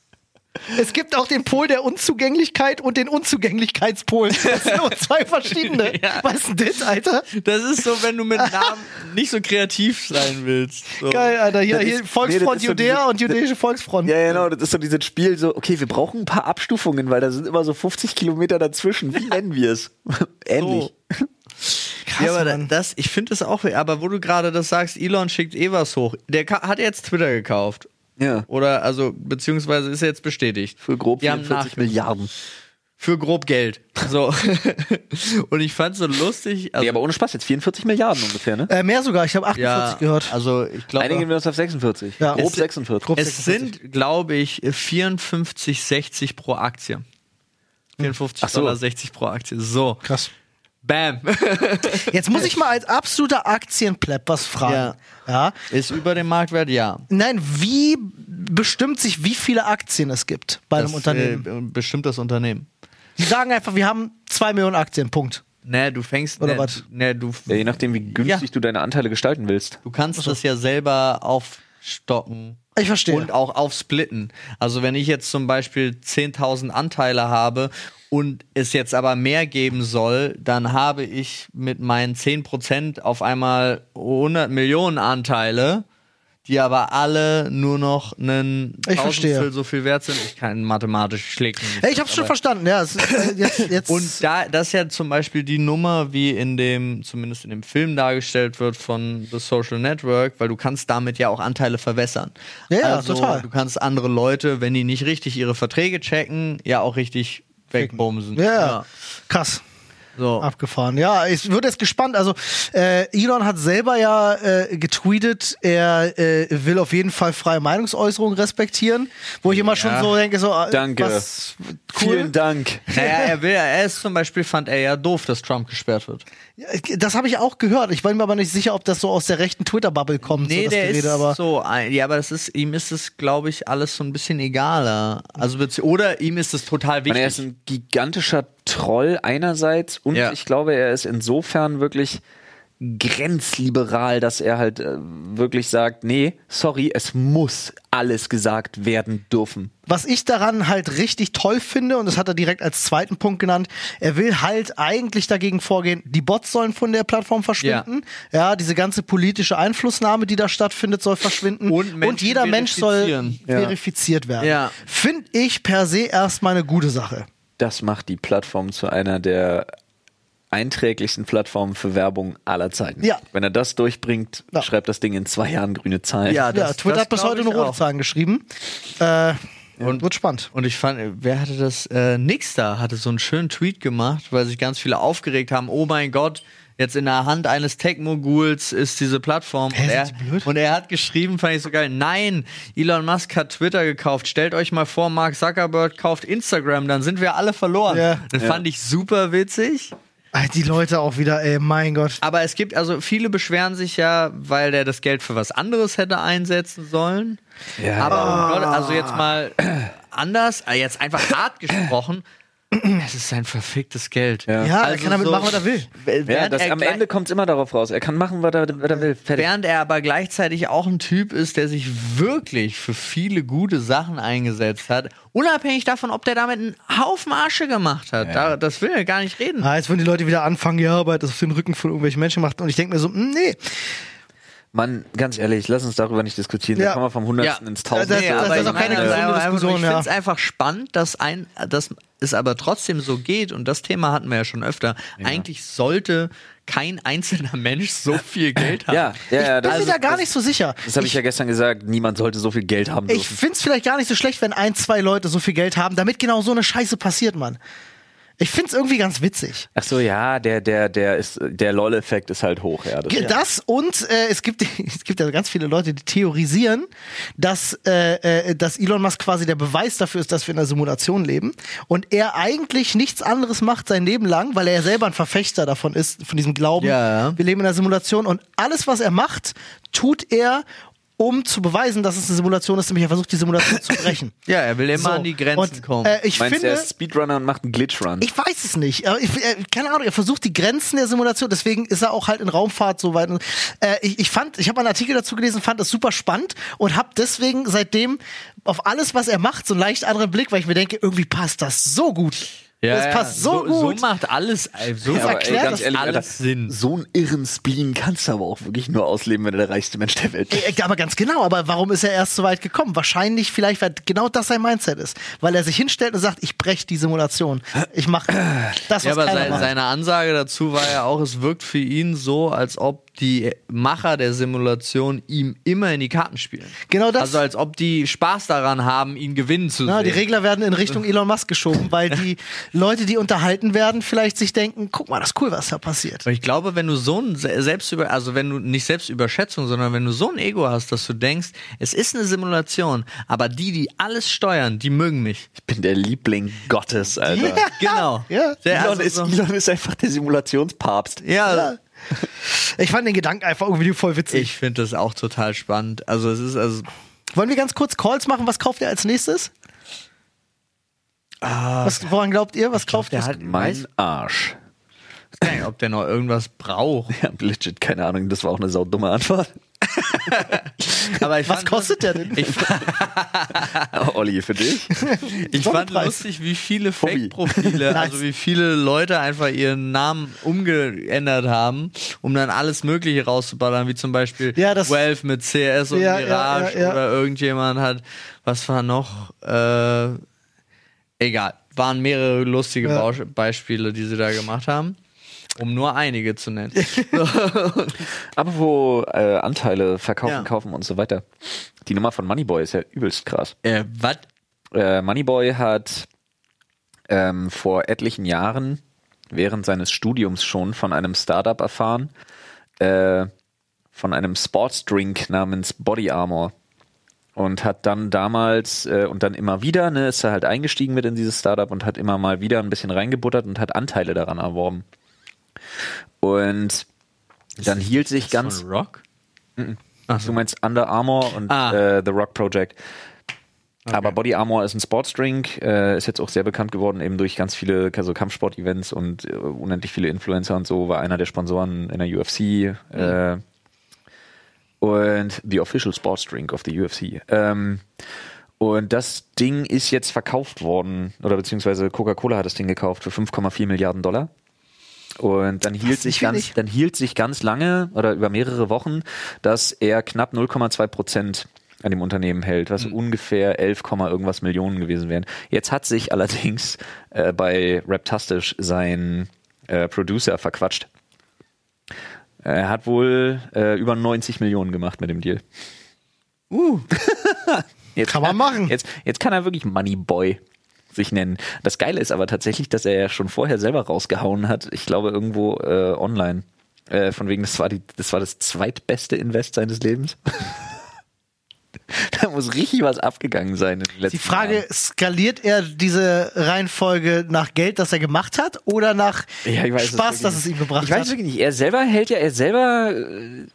S3: Es gibt auch den Pol der Unzugänglichkeit und den Unzugänglichkeitspol. Das sind nur zwei verschiedene.
S1: Ja.
S3: Was ist denn das, Alter?
S1: Das ist so, wenn du mit Namen nicht so kreativ sein willst. So.
S3: Geil, Alter. Hier,
S2: Das
S3: hier
S2: ist- nee,
S3: Volksfront
S2: das ist so
S3: Judäa
S2: diese-
S3: und Judäische Volksfront.
S2: Ja, genau, das ist so dieses Spiel, so, okay, wir brauchen ein paar Abstufungen, weil da sind immer so 50 Kilometer dazwischen. Wie nennen wir es? Ähnlich.
S3: Krass,
S1: ja, aber da-
S3: Mann.
S1: das, ich finde das auch, aber wo du gerade das sagst, Elon schickt eh was hoch. Der ka- hat jetzt Twitter gekauft.
S2: Ja.
S1: Oder, also, beziehungsweise ist jetzt bestätigt.
S2: Für grob
S1: Die haben
S2: 44
S1: Nachrichten.
S2: Milliarden.
S1: Für grob Geld. So. Und ich fand's so lustig. Also,
S2: nee, aber ohne Spaß, jetzt 44 Milliarden ungefähr, ne?
S3: Äh, mehr sogar, ich habe 48
S1: ja,
S3: gehört.
S1: also ich
S2: Einigen
S1: glaube,
S2: wir uns auf 46.
S3: Ja.
S2: Grob
S3: Es-
S2: 46.
S3: grob-
S1: es sind, glaube ich, 54, 60 pro Aktie.
S3: Hm.
S1: 54
S2: Ach so.
S1: Dollar 60 pro Aktie. So.
S3: Krass.
S1: Bam.
S3: Jetzt muss ich mal als absoluter Aktienplepp was fragen. Ja.
S1: Ist über dem Marktwert? Ja.
S3: Nein, wie bestimmt sich, wie viele Aktien es gibt bei einem
S1: Das,
S3: Unternehmen?
S1: äh, bestimmt das Unternehmen.
S3: Die sagen einfach, wir haben zwei Millionen Aktien, Punkt.
S1: Ne, du fängst.
S3: Oder
S1: ne,
S3: was?
S1: Ne, du,
S2: Ja, je nachdem, wie günstig
S1: Ja.
S2: du deine Anteile gestalten willst.
S1: du kannst das ja selber aufstocken.
S3: Ich verstehe.
S1: Und auch aufsplitten. Also wenn ich jetzt zum Beispiel 10.000 Anteile habe und es jetzt aber mehr geben soll, dann habe ich mit meinen 10% auf einmal 100 Millionen Anteile, die aber alle nur noch einen
S3: Ich verstehe.
S1: Tausendstel so viel wert sind. Ich kann mathematisch schlicken.
S3: Hey, ich hab's schon verstanden, ja. Es, äh, jetzt, jetzt,
S1: Und da, das ist ja zum Beispiel die Nummer, wie in dem, zumindest in dem Film dargestellt wird von The Social Network, weil du kannst damit ja auch Anteile verwässern.
S3: Ja, ja,
S1: also,
S3: total.
S1: Du kannst andere Leute, wenn die nicht richtig ihre Verträge checken, ja auch richtig wegbumsen.
S3: ja, krass.
S1: So.
S3: Abgefahren. Ja, ich würde jetzt gespannt. Also äh, Elon hat selber ja äh, getweetet, er äh, will auf jeden Fall freie Meinungsäußerung respektieren, wo ich immer schon so denke, so äh,
S2: Danke.
S3: was cool.
S2: Vielen Dank.
S1: Naja, er will, er ist zum Beispiel, fand er ja doof, dass Trump gesperrt wird.
S3: Das habe ich auch gehört. Ich bin mir aber nicht sicher, ob das so aus der rechten Twitter-Bubble kommt. so
S1: Nee,
S3: das
S1: der
S3: Gerede,
S1: ist
S3: aber
S1: so, ein- ja, aber das ist, ihm ist es, glaube ich, alles so ein bisschen egaler. Also, bezieh- oder ihm ist es total
S2: Man,
S1: wichtig.
S2: er ist ein gigantischer Troll einerseits und
S1: Ja.
S2: ich glaube, er ist insofern wirklich grenzliberal, dass er halt äh, wirklich sagt, nee, sorry, es muss alles gesagt werden dürfen.
S3: was ich daran halt richtig toll finde, und das hat er direkt als zweiten Punkt genannt, er will halt eigentlich dagegen vorgehen, die Bots sollen von der Plattform verschwinden. Ja, diese ganze politische Einflussnahme, die da stattfindet, soll verschwinden.
S1: Und Menschen
S3: jeder Mensch soll
S1: verifizieren.
S2: Ja.
S3: verifiziert werden.
S1: Ja.
S3: Finde ich per se erstmal eine gute Sache.
S2: Das macht die Plattform zu einer der einträglichsten Plattformen für Werbung aller Zeiten.
S3: Ja.
S2: Wenn er das durchbringt,
S3: Ja.
S2: schreibt das Ding in zwei Jahren grüne Zahlen.
S1: Ja,
S3: Ja,
S1: das-
S3: Twitter
S1: das
S3: hat bis
S1: glaub
S3: heute
S1: ich
S3: nur rote
S1: auch.
S3: Zahlen geschrieben. Äh,
S1: Und-
S3: wird spannend.
S1: Und ich fand, wer hatte das? Äh, Nixter hatte so einen schönen Tweet gemacht, weil sich ganz viele aufgeregt haben. Oh mein Gott, jetzt in der Hand eines Tech-Moguls ist diese Plattform.
S3: Hä,
S1: und,
S3: sind
S1: er,
S3: die blöd?
S1: und er hat geschrieben, fand ich so geil. Nein, Elon Musk hat Twitter gekauft. Stellt euch mal vor, Mark Zuckerberg kauft Instagram, dann sind wir alle verloren.
S3: Ja.
S1: Das fand ich super witzig.
S3: Ah, Die Leute auch wieder, ey, mein Gott.
S1: Aber es gibt also viele beschweren sich ja, weil der das Geld für was anderes hätte einsetzen sollen.
S2: Ja.
S1: Aber oh Gott, also jetzt mal anders, äh, jetzt einfach hart gesprochen. Es ist sein verficktes Geld. Also
S2: Ja.
S3: Ja, er kann damit machen, was er will.
S1: Während,
S2: Ja, das,
S1: er
S2: am
S1: gleich-
S2: Ende kommt es immer darauf raus. Er kann machen, was er, was er will. Fertig.
S1: während er aber gleichzeitig auch ein Typ ist, der sich wirklich für viele gute Sachen eingesetzt hat, unabhängig davon, ob der damit einen Haufen Asche gemacht hat. Da, das will er gar nicht reden.
S3: Ah, jetzt würden die Leute wieder anfangen, ja, aber das auf den Rücken von irgendwelchen Menschen macht. Und ich denke mir so, mh, nee.
S2: Mann, ganz ehrlich, lass uns darüber nicht diskutieren.
S3: Ja.
S2: Da
S3: Also,
S2: kommen wir vom Hundertsten ins Tausendste.
S3: das- das
S1: aber
S3: ist auch
S1: ich
S3: keine
S1: meine,
S3: gesunde
S1: aber
S3: Diskussion,
S1: Ich
S3: ja.
S1: finde es einfach spannend, dass ein, dass es aber trotzdem so geht und das Thema hatten wir ja schon öfter. Eigentlich sollte kein einzelner Mensch so viel Geld haben.
S2: ja, ja, ja,
S3: Bin
S2: das
S3: mir
S2: ist-
S3: da gar
S2: das-
S3: nicht so sicher.
S2: Das habe ich ja gestern gesagt, niemand sollte so viel Geld haben
S3: Ich
S2: dürfen.
S3: find's vielleicht gar nicht so schlecht, wenn ein, zwei Leute so viel Geld haben, damit genau so eine Scheiße passiert, Mann. Ich find's irgendwie ganz witzig.
S2: Ach so, ja, der, der, der ist, der LOL-Effekt ist halt hoch, ja. Das,
S3: Ge- Das und äh, es gibt es gibt ja ganz viele Leute, die theorisieren, dass äh, äh, dass Elon Musk quasi der Beweis dafür ist, dass wir in einer Simulation leben und er eigentlich nichts anderes macht sein Leben lang, weil er ja selber ein Verfechter davon ist von diesem Glauben,
S1: Ja, ja.
S3: wir leben in einer Simulation und alles was er macht, tut er um zu beweisen, dass es eine Simulation ist, nämlich er versucht die Simulation zu brechen.
S1: Ja, er will immer
S3: So,
S1: an die Grenzen
S3: und,
S1: kommen.
S3: Äh, ich
S2: Meinst du, er
S3: finde,
S2: ist Speedrunner und macht einen Glitch-Run?
S3: ich weiß es nicht. Aber Ich, äh, keine Ahnung, er versucht die Grenzen der Simulation, deswegen ist er auch halt in Raumfahrt so weit. Äh, ich, ich fand, ich habe einen Artikel dazu gelesen, fand das super spannend und habe deswegen seitdem auf alles, was er macht, so einen leicht anderen Blick, weil ich mir denke, irgendwie passt das so gut. das passt so, gut.
S1: So macht alles, äh, so
S3: Ja, aber
S1: macht
S3: ey, ganz
S1: das
S3: ehrlich,
S1: alles
S2: Alter,
S1: Sinn.
S2: So einen irren Spleen kannst du aber auch wirklich nur ausleben, wenn du der reichste Mensch der Welt bist.
S3: Äh, Aber ganz genau, aber warum ist er erst so weit gekommen? Wahrscheinlich, vielleicht, weil genau das sein Mindset ist. Weil er sich hinstellt und sagt, ich breche die Simulation. Ich mache das, was
S1: Ja, aber
S3: keiner
S1: sei,
S3: macht.
S1: seine Ansage dazu war ja auch, es wirkt für ihn so, als ob die Macher der Simulation ihm immer in die Karten spielen.
S3: Genau das.
S1: Also als ob die Spaß daran haben, ihn gewinnen zu
S3: Na,
S1: sehen.
S3: die Regler werden in Richtung Elon Musk geschoben, weil die Leute, die unterhalten werden, vielleicht sich denken, guck mal, das ist cool, was da passiert.
S1: Aber ich glaube, wenn du so ein Se- Selbstüber, also wenn du nicht Selbstüberschätzung, sondern wenn du so ein Ego hast, dass du denkst, es ist eine Simulation, aber die, die alles steuern, die mögen mich.
S2: Ich bin der Liebling Gottes, Alter.
S1: Genau.
S3: Ja.
S1: Der,
S2: Elon,
S1: also
S2: ist,
S1: so,
S2: Elon ist einfach der Simulationspapst.
S1: ja,
S3: Ich fand den Gedanken einfach irgendwie voll witzig.
S1: ich finde das auch total spannend. Also es ist also
S3: Wollen wir ganz kurz Calls machen? Was kauft ihr als nächstes?
S2: Ah.
S3: Was, woran glaubt ihr? Was kauft ihr?
S1: der hat
S2: Mein Arsch.
S1: Ich weiß gar nicht, ob der noch irgendwas braucht.
S2: Ja, legit, keine Ahnung, das war auch eine saudumme Antwort.
S1: Aber ich
S3: Was
S1: fand-
S3: kostet der denn?
S1: Ich, fa-
S2: Aber Olli, für dich?
S1: ich fand
S3: Sonderpreis.
S1: lustig, wie viele
S2: Hobby.
S1: Fake-Profile, also wie viele Leute einfach ihren Namen umgeändert haben, um dann alles Mögliche rauszuballern, wie zum Beispiel
S3: Ja, das-
S1: Welf mit CS und
S3: Ja, ja,
S1: Mirage
S3: ja, ja.
S1: oder irgendjemand hat, was war noch, äh, egal, waren mehrere lustige
S3: Ja.
S1: Baus- Beispiele, die sie da gemacht haben, um nur einige zu nennen.
S2: Aber wo äh, Anteile verkaufen,
S1: Ja.
S2: kaufen und so weiter. Die Nummer von Moneyboy ist ja übelst krass.
S1: äh, was?
S2: Äh, Moneyboy hat ähm, vor etlichen Jahren während seines Studiums schon von einem Startup erfahren, äh, von einem Sportsdrink namens Body Armor. Und hat dann damals äh, und dann immer wieder, ne, ist er halt eingestiegen mit in dieses Startup und hat immer mal wieder ein bisschen reingebuttert und hat Anteile daran erworben. Und dann hielt sich ganz.
S1: Von Rock?
S2: Du meinst Under Armour und
S1: Ah.
S2: äh, The Rock Project. Aber Body Armor ist ein Sportsdrink, äh, ist jetzt auch sehr bekannt geworden, eben durch ganz viele also Kampfsport-Events und äh, unendlich viele Influencer und so, war einer der Sponsoren in der UFC. Äh, und the official Sportsdrink of the UFC. Ähm, und das Ding ist jetzt verkauft worden, oder beziehungsweise Coca-Cola hat das Ding gekauft für 5,4 Milliarden Dollar. Und dann hielt, sich
S3: viel
S2: ganz,
S3: nicht.
S2: dann hielt sich ganz lange oder über mehrere Wochen, dass er knapp 0,2 Prozent an dem Unternehmen hält, was ungefähr 11, Komma irgendwas Millionen gewesen wären. Jetzt hat sich allerdings äh, bei Raptastisch sein äh, Producer verquatscht. Er hat wohl äh, über 90 Millionen gemacht mit dem Deal.
S1: Uh,
S2: Jetzt
S3: Kann man
S2: er-
S3: machen.
S2: Jetzt, jetzt kann er wirklich Money Boy sich nennen. Das Geile ist aber tatsächlich, dass er ja schon vorher selber rausgehauen hat. Ich glaube irgendwo äh, online. Äh, von wegen, das war, die, das war das zweitbeste Invest seines Lebens. da muss richtig was abgegangen sein. In den letzten
S3: Die Frage,
S2: Jahren.
S3: skaliert er diese Reihenfolge nach Geld, das er gemacht hat, oder nach
S2: Ja, ich weiß es
S3: Spaß,
S2: wirklich
S3: dass
S2: nicht.
S3: es ihm gebracht
S2: Ich weiß es
S3: hat?
S2: wirklich nicht. Er selber hält ja, er selber äh,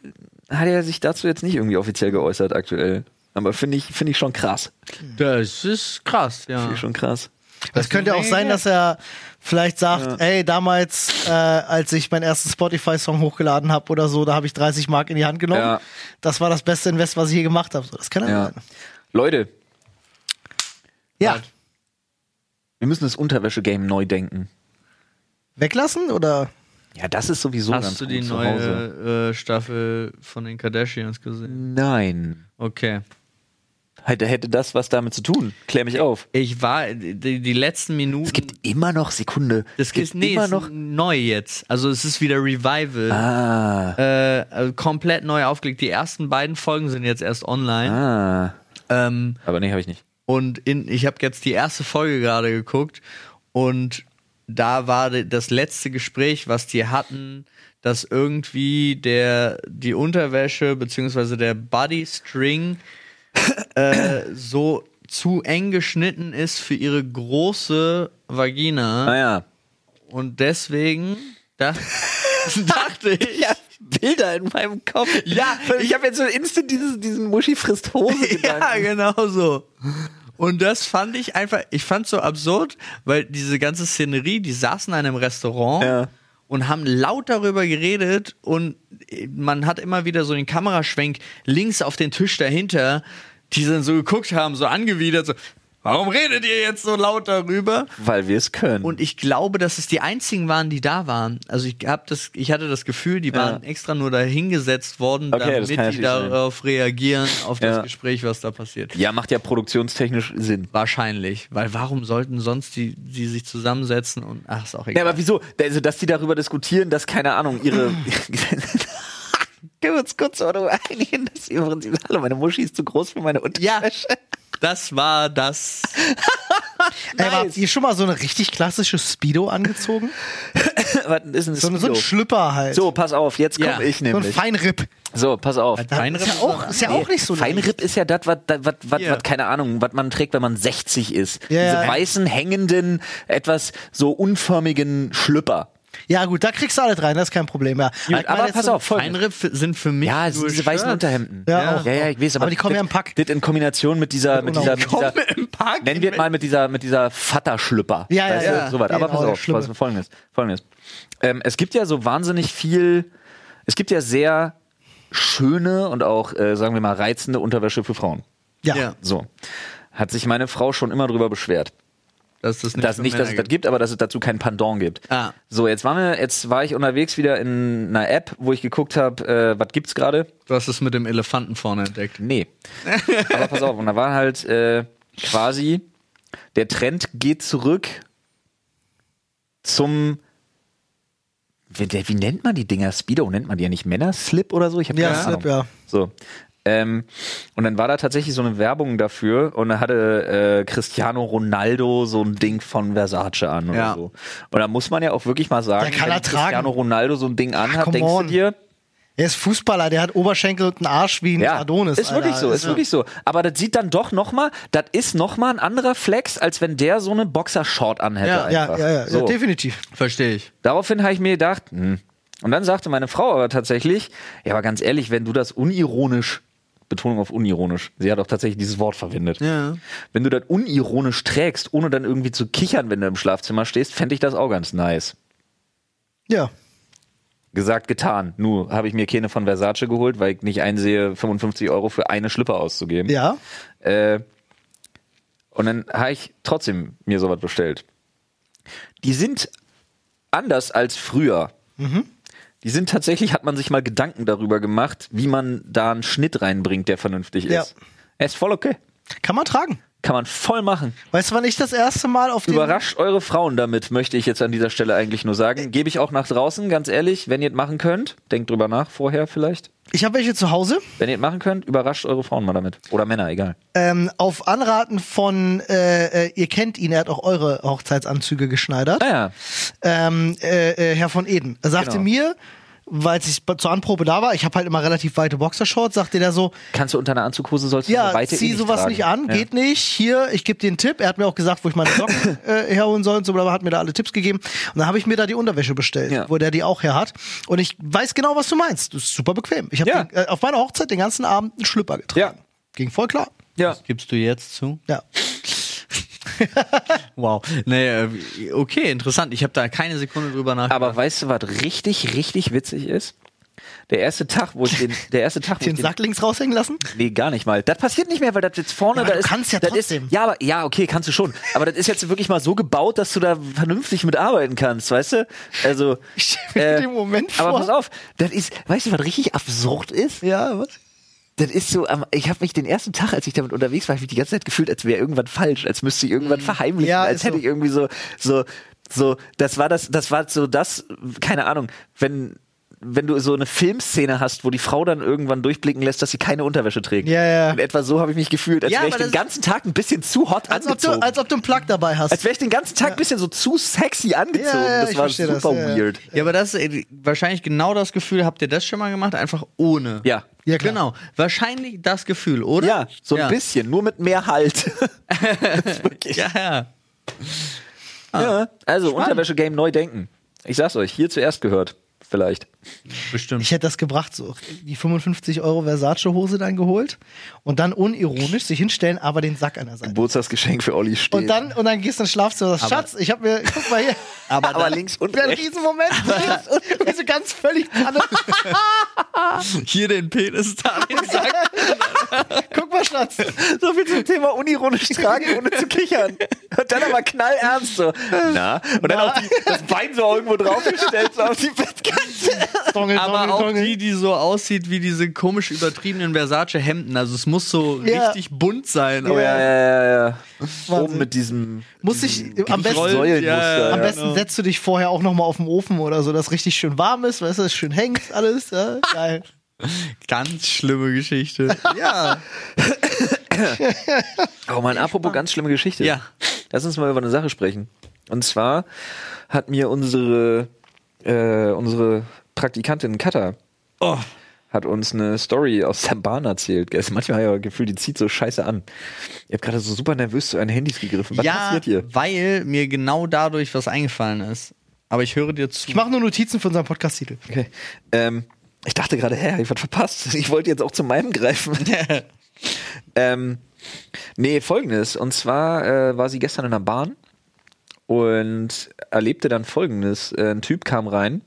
S2: hat ja sich dazu jetzt nicht irgendwie offiziell geäußert aktuell. Aber finde ich, finde ich schon krass.
S1: das ist krass,
S2: Finde
S1: ja.
S2: ich schon krass.
S3: Das könnte auch sein, dass er vielleicht sagt, ey, damals, äh, als ich meinen ersten Spotify-Song hochgeladen habe oder so, da habe ich 30 Mark in die Hand genommen.
S2: Ja.
S3: Das war das beste Invest, was ich je gemacht habe. So, Das kann er
S2: Ja.
S3: sein.
S2: Leute,
S3: Ja.
S1: Halt.
S2: wir müssen das Unterwäsche-Game neu denken.
S3: Weglassen oder?
S2: Ja, das ist sowieso ganz
S1: Hast du
S2: gut
S1: die
S2: zu Hause.
S1: neue äh, Staffel von den Kardashians gesehen?
S2: Nein.
S1: Okay.
S2: Hätte, hätte das was damit zu tun? Klär mich auf.
S1: Ich war die, die letzten Minuten.
S2: Es gibt immer noch Sekunde.
S1: das ist, nee,
S2: immer
S1: ist
S2: noch.
S1: neu jetzt. Also es ist wieder Revival.
S2: Ah,
S1: Äh, also komplett neu aufgelegt. Die ersten beiden Folgen sind jetzt erst online.
S2: ah.
S1: Ähm,
S2: Aber nee, habe ich nicht.
S1: Und in, ich habe jetzt die erste Folge gerade geguckt und da war de- das letzte Gespräch, was die hatten, dass irgendwie der die Unterwäsche bzw. der Bodystring äh, so zu eng geschnitten ist für ihre große Vagina
S2: Naja.
S1: und deswegen da- dachte ich
S2: Bilder in meinem Kopf.
S1: Ja,
S2: ich habe jetzt so instant dieses, diesen Muschi frisst Hose
S1: Ja, genau so. Und das fand ich einfach, ich fand so absurd, weil diese ganze Szenerie, die saßen in einem Restaurant
S2: Ja.
S1: und haben laut darüber geredet und man hat immer wieder so den Kameraschwenk links auf den Tisch dahinter, die dann so geguckt haben, so angewidert, so, warum redet ihr jetzt so laut darüber?
S2: Weil wir es können.
S1: Und ich glaube, dass es die einzigen waren, die da waren. Also ich hab das, ich hatte das Gefühl, die waren extra nur dahingesetzt worden,
S2: Okay, das kann
S1: damit die
S2: natürlich sein.
S1: darauf reagieren, auf
S2: Ja.
S1: das Gespräch, was da passiert.
S2: ja, macht ja produktionstechnisch Sinn.
S1: Wahrscheinlich. Weil warum sollten sonst die, die sich zusammensetzen und ach, ist auch
S2: Ja,
S1: egal.
S2: aber wieso? Also, dass die darüber diskutieren, dass, keine Ahnung, ihre. Können wir uns kurz darüber einigen, dass sie im Prinzip, hallo, meine Muschi ist zu groß für meine
S1: ja,
S2: Unterwäsche.
S1: das war das.
S3: Ey, habt ihr schon mal so eine richtig klassische Speedo angezogen?
S2: Was ist denn das?
S3: So, eine- so ein
S2: Video?
S3: Schlüpper halt.
S2: so, pass auf, jetzt komme
S1: Ja.
S2: ich
S3: so ein
S2: nämlich.
S3: Feinripp.
S2: So, pass auf.
S1: Da- Feinripp
S3: ist ja
S1: ist
S3: auch, ist ja auch nicht so leicht.
S2: Feinripp ist ja das, was, was, was,
S1: Hier.
S2: was, keine Ahnung, was man trägt, wenn man 60 ist.
S3: Ja,
S2: Diese
S3: ja.
S2: weißen, hängenden, etwas so unförmigen Schlüpper.
S3: Ja, gut, da kriegst du alles rein, das ist kein Problem. Ja.
S2: Gut,
S3: Ich meine
S2: aber
S3: jetzt
S2: pass
S3: so-
S2: auf, folgendes.
S1: Feinripp sind für mich.
S2: Ja, es
S1: nur
S2: sind diese weißen
S1: Shirts.
S2: Unterhemden.
S3: Ja,
S2: ja,
S3: auch.
S2: ja, ich weiß, aber,
S3: Aber die kommen ja im Pack.
S2: Das in Kombination mit dieser, mit
S3: Genau.
S2: dieser,
S3: Die
S2: mit dieser
S1: kommen im Pack
S2: nennen wir es mal mit dieser, mit dieser Vaterschlüpper.
S3: Ja, ja,
S2: weißt
S3: ja.
S2: Du, sowas. Aber
S3: Genau,
S2: pass
S3: der
S2: auf,
S3: Schlimme.
S2: pass, folgendes, folgendes. Ähm, es gibt ja so wahnsinnig viel, es gibt ja sehr schöne und auch, äh, sagen wir mal, reizende Unterwäsche für Frauen.
S3: Ja.
S1: Ja.
S2: So. Hat sich meine Frau schon immer drüber beschwert
S1: Das ist nicht,
S2: dass
S1: für
S2: nicht, dass
S1: Männer
S2: es das gibt, aber dass es dazu kein Pendant gibt.
S1: Ah.
S2: So, jetzt waren wir, jetzt war ich unterwegs wieder in einer App, wo ich geguckt habe, äh, was gibt's gerade?
S1: Du hast es mit dem Elefanten vorne entdeckt.
S2: Nee. Aber pass auf, und da war halt äh, quasi, der Trend geht zurück zum. Wie, der- wie nennt man die Dinger? Speedo nennt man die ja nicht Männer? Slip oder so? Ich habe
S3: Ja,
S2: keine
S3: Slip,
S2: Ahnung.
S3: ja.
S2: So. Ähm, und dann war da tatsächlich so eine Werbung dafür und da hatte äh, Cristiano Ronaldo so ein Ding von Versace an oder
S1: Ja.
S2: so. Und da muss man ja auch wirklich mal sagen,
S3: Der kann
S2: wenn
S3: er tragen.
S2: Cristiano Ronaldo so ein Ding anhat,
S3: come
S2: denkst
S3: on.
S2: du dir,
S3: Er ist Fußballer, der hat Oberschenkel und einen Arsch wie ein
S2: ja,
S3: Adonis.
S2: ist wirklich
S3: Alter.
S2: so, ist
S3: Also,
S2: wirklich so. Aber das sieht dann doch nochmal, das ist nochmal ein anderer Flex, als wenn der so eine Boxershort anhätte.
S1: Ja,
S2: einfach.
S3: Ja, ja, ja,
S2: so.
S3: ja, definitiv.
S1: Verstehe ich.
S2: Daraufhin habe ich mir gedacht, hm. und dann sagte meine Frau aber tatsächlich, ja, aber ganz ehrlich, wenn du das unironisch, Betonung auf unironisch, sie hat auch tatsächlich dieses Wort verwendet.
S1: Ja.
S2: Wenn du das unironisch trägst, ohne dann irgendwie zu kichern, wenn du im Schlafzimmer stehst, fände ich das auch ganz nice.
S3: Ja.
S2: Gesagt, getan. Nu habe ich mir keine von Versace geholt, weil ich nicht einsehe, 55 Euro für eine Schlippe auszugeben.
S3: Ja.
S2: Äh, und dann habe ich trotzdem mir sowas bestellt. Die sind anders als früher.
S3: Mhm.
S2: Die sind tatsächlich, hat man sich mal Gedanken darüber gemacht, wie man da einen Schnitt reinbringt, der vernünftig
S3: Ja.
S2: ist. Er ist voll okay.
S3: Kann man tragen.
S2: Kann man voll machen.
S3: Weißt du, wann ich das erste Mal auf den.
S2: Überrascht eure Frauen damit, möchte ich jetzt an dieser Stelle eigentlich nur
S3: Äh.
S2: sagen. Gebe ich auch nach draußen, ganz ehrlich, wenn ihr es machen könnt, denkt drüber nach vorher vielleicht.
S3: Ich habe welche zu Hause.
S2: Wenn ihr es machen könnt, überrascht eure Frauen mal damit. Oder Männer, egal.
S3: Ähm, auf Anraten von, äh, äh, ihr kennt ihn, er hat auch eure Hochzeitsanzüge geschneidert.
S2: Naja,
S3: ähm, äh, äh, Herr von Eden, Er sagte
S2: Genau.
S3: mir, weil ich zur Anprobe da war, ich habe halt immer relativ weite Boxershorts, sagte der so,
S2: kannst du unter einer Anzughose, sollst du eine
S3: ja,
S2: weite eh
S3: zieh sowas
S2: tragen.
S3: nicht an,
S2: Ja.
S3: geht nicht, hier, ich gebe dir einen Tipp, er hat mir auch gesagt, wo ich meine Socken äh, herholen soll und so, aber hat mir da alle Tipps gegeben und dann habe ich mir da die Unterwäsche bestellt,
S2: Ja.
S3: wo der die auch her hat und ich weiß genau, was du meinst, das ist super bequem. Ich habe
S2: Ja.
S3: den- äh, auf meiner Hochzeit den ganzen Abend einen Schlüpper getragen.
S2: Ja.
S3: Ging voll klar.
S2: Ja.
S1: Was gibst du jetzt zu?
S3: Ja.
S1: Wow. Nee, äh, okay, interessant. Ich habe da keine Sekunde drüber nachgedacht.
S2: Aber weißt du, was richtig, richtig witzig ist? Der erste Tag, wo ich den, der erste Tag, wo
S3: Den
S2: ich
S3: Sack links raushängen lassen?
S2: nee, gar nicht mal. Das passiert nicht mehr, weil das jetzt vorne,
S3: Ja, aber
S2: da
S3: du
S2: ist,
S3: kannst ja
S2: das
S3: trotzdem.
S2: ist, ja, aber, ja, okay, kannst du schon. Aber das ist jetzt wirklich mal so gebaut, dass du da vernünftig mitarbeiten kannst, weißt du? Also,
S3: Ich stell mir den Moment
S2: aber
S3: vor.
S2: pass auf, das ist, weißt du, was richtig absurd ist?
S3: Ja, was?
S2: Das ist so, am- ich habe mich den ersten Tag, als ich damit unterwegs war, hab ich mich die ganze Zeit gefühlt, als wäre irgendwas falsch, als müsste ich irgendwas verheimlichen,
S3: Mhm. Ja,
S2: als
S3: ist so.
S2: hätte ich irgendwie so, so, so, das war das, das war so das, keine Ahnung, wenn, wenn du so eine Filmszene hast, wo die Frau dann irgendwann durchblicken lässt, dass sie keine Unterwäsche trägt.
S3: Ja, ja.
S2: In etwa so habe ich mich gefühlt, als
S1: Ja,
S2: wäre ich
S1: aber
S2: den
S1: das-
S2: ganzen Tag ein bisschen zu hot
S3: Als ob, du,
S2: angezogen.
S3: als ob du einen Plug dabei hast.
S2: als wäre ich den ganzen Tag ein bisschen so zu sexy angezogen.
S3: Ja, ja,
S2: das
S3: ich
S2: war
S3: versteh
S2: super
S3: das, ja, ja.
S2: weird.
S1: ja, aber das ist äh, wahrscheinlich genau das Gefühl. Habt ihr das schon mal gemacht? Einfach ohne.
S2: Ja.
S3: Ja, klar.
S1: genau. Wahrscheinlich das Gefühl, oder?
S2: Ja, so ein bisschen, nur mit mehr Halt. Wirklich.
S1: Ja, ja.
S2: Ja, also Unterwäsche-Game neu denken. Ich sag's euch, hier zuerst gehört. Vielleicht.
S1: Bestimmt.
S3: Ich hätte das gebracht, so die 55 Euro Versace-Hose dann geholt und dann unironisch sich hinstellen, aber den Sack an der Seite.
S2: Geburtstagsgeschenk für Olli steht.
S3: Und dann, und dann gehst du ins Schlafzimmer und sagst,
S1: Aber-
S3: Schatz, ich hab mir, guck mal hier.
S2: aber,
S1: dann-
S2: links und
S3: Ein
S2: rechts.
S3: Riesenmoment. Wie so ganz völlig alle.
S1: Hier den Penis, da den Sack.
S3: Guck mal, Schatz.
S2: So viel zum Thema unironisch tragen, ohne zu kichern. Und dann aber knallernst so. Na? Und dann auch die, das Bein so irgendwo draufgestellt, so auf die Bettkante.
S3: Dongel,
S1: Aber
S3: dongel,
S1: auch
S3: dongel.
S1: die, die so aussieht wie diese komisch übertriebenen Versace-Hemden. Also es muss so
S3: Ja.
S1: richtig bunt sein.
S2: Oh,
S1: aber-
S2: ja, ja, ja, ja. Oben
S3: Wahnsinn.
S2: mit diesem
S3: Muss ich
S2: Säulenmuster.
S3: am besten.
S1: Rollen, ja, genau.
S3: Am
S1: ja.
S3: besten setzt du dich vorher auch nochmal auf den Ofen oder so, dass richtig schön warm ist, weißt du, dass schön hängt alles. Ja, geil.
S1: Ganz schlimme Geschichte. ja.
S2: Oh man, apropos ganz schlimme Geschichte.
S1: Ja.
S2: Lass uns mal über eine Sache sprechen. Und zwar hat mir unsere, äh, unsere Praktikantin Katha
S1: Oh.
S2: hat uns eine Story aus der Bahn erzählt. Gell, Also Manchmal habe ich das Gefühl, die zieht so scheiße an. Ihr habt gerade so super nervös zu euren Handys gegriffen. Was
S1: ja,
S2: passiert hier?
S1: weil mir genau dadurch was eingefallen ist. Aber ich höre dir zu.
S3: Ich mache nur Notizen für unseren Podcast-Titel.
S2: Okay. Ähm, ich dachte gerade, hä, hab ich was verpasst. Ich wollte jetzt auch zu meinem greifen. ähm, nee, folgendes. Und zwar äh, war sie gestern in der Bahn und erlebte dann folgendes. Äh, ein Typ kam rein,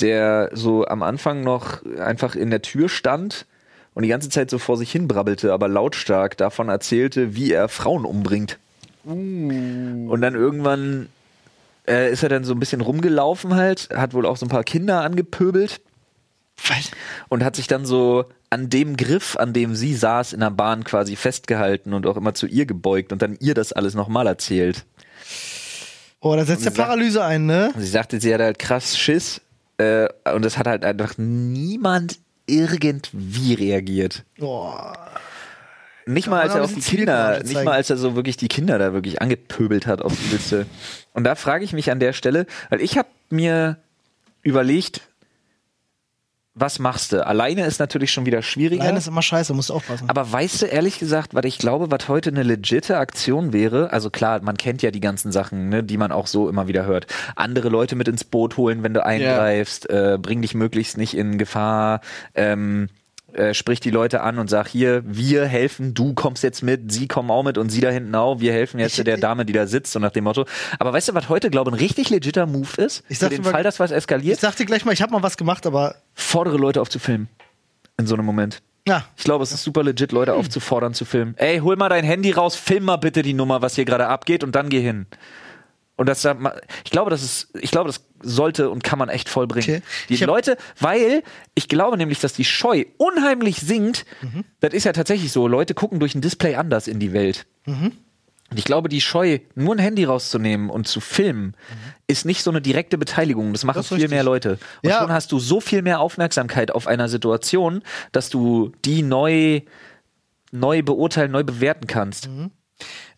S2: der so am Anfang noch einfach in der Tür stand und die ganze Zeit so vor sich hin brabbelte, aber lautstark davon erzählte, wie er Frauen umbringt. Und dann irgendwann äh, ist er dann so ein bisschen rumgelaufen halt, hat wohl auch so ein paar Kinder angepöbelt und hat sich dann so an dem Griff, an dem sie saß in der Bahn quasi festgehalten und auch immer zu ihr gebeugt und dann ihr das alles nochmal erzählt.
S3: Oh, da setzt der Paralyse ein, ne?
S2: Und sie sagte, sie hatte halt krass Schiss äh, und das hat halt einfach niemand irgendwie reagiert.
S3: Boah.
S2: Nicht mal,
S3: man
S2: als
S3: auch
S2: er
S3: ein
S2: auf die
S3: bisschen
S2: Kinder,
S3: Zielgerade
S2: nicht
S3: zeigen.
S2: mal, als er so wirklich die Kinder da wirklich angepöbelt hat auf die Liste. Und da frage ich mich an der Stelle, weil ich habe mir überlegt, was machst du? Alleine ist natürlich schon wieder schwieriger.
S3: Nein, das ist immer scheiße, musst du aufpassen.
S2: Aber weißt du ehrlich gesagt, was ich glaube, was heute eine legitime Aktion wäre? Also klar, man kennt ja die ganzen Sachen, ne, die man auch so immer wieder hört. Andere Leute mit ins Boot holen, wenn du eingreifst, äh, bring dich möglichst nicht in Gefahr. Ähm, äh, sprich die Leute an und sag hier, wir helfen, du kommst jetzt mit, sie kommen auch mit und sie da hinten auch, wir helfen jetzt
S3: Ich-
S2: der Dame, die da sitzt, so nach dem Motto. Aber weißt du, was heute, glaube ich, ein richtig legitter Move ist?
S3: Ich
S2: Für
S3: sag
S2: den
S3: immer-
S2: Fall, dass was
S3: ich
S2: eskaliert,
S3: sag dir gleich mal, ich habe mal was gemacht, aber
S2: fordere Leute auf zu filmen. In so einem Moment.
S3: ja.
S2: Ich glaube, es ist super legit, Leute aufzufordern zu filmen. Ey, hol mal dein Handy raus, film mal bitte die Nummer, was hier gerade abgeht und dann geh hin. Und das, da ma- ich glaube, das ist, ich glaube, das sollte und kann man echt vollbringen.
S3: Okay.
S2: Die
S3: Ich hab-
S2: Leute, weil ich glaube nämlich, dass die Scheu unheimlich sinkt.
S3: Mhm.
S2: Das ist ja tatsächlich so. Leute gucken durch ein Display anders in die Welt.
S3: Mhm.
S2: Und ich glaube, die Scheu, nur ein Handy rauszunehmen und zu filmen, ist nicht so eine direkte Beteiligung. Das machen
S3: Mhm. Das ist
S2: viel
S3: richtig.
S2: mehr Leute. Und
S3: Ja.
S2: schon hast du so viel mehr Aufmerksamkeit auf einer Situation, dass du die neu, neu beurteilen, neu bewerten kannst.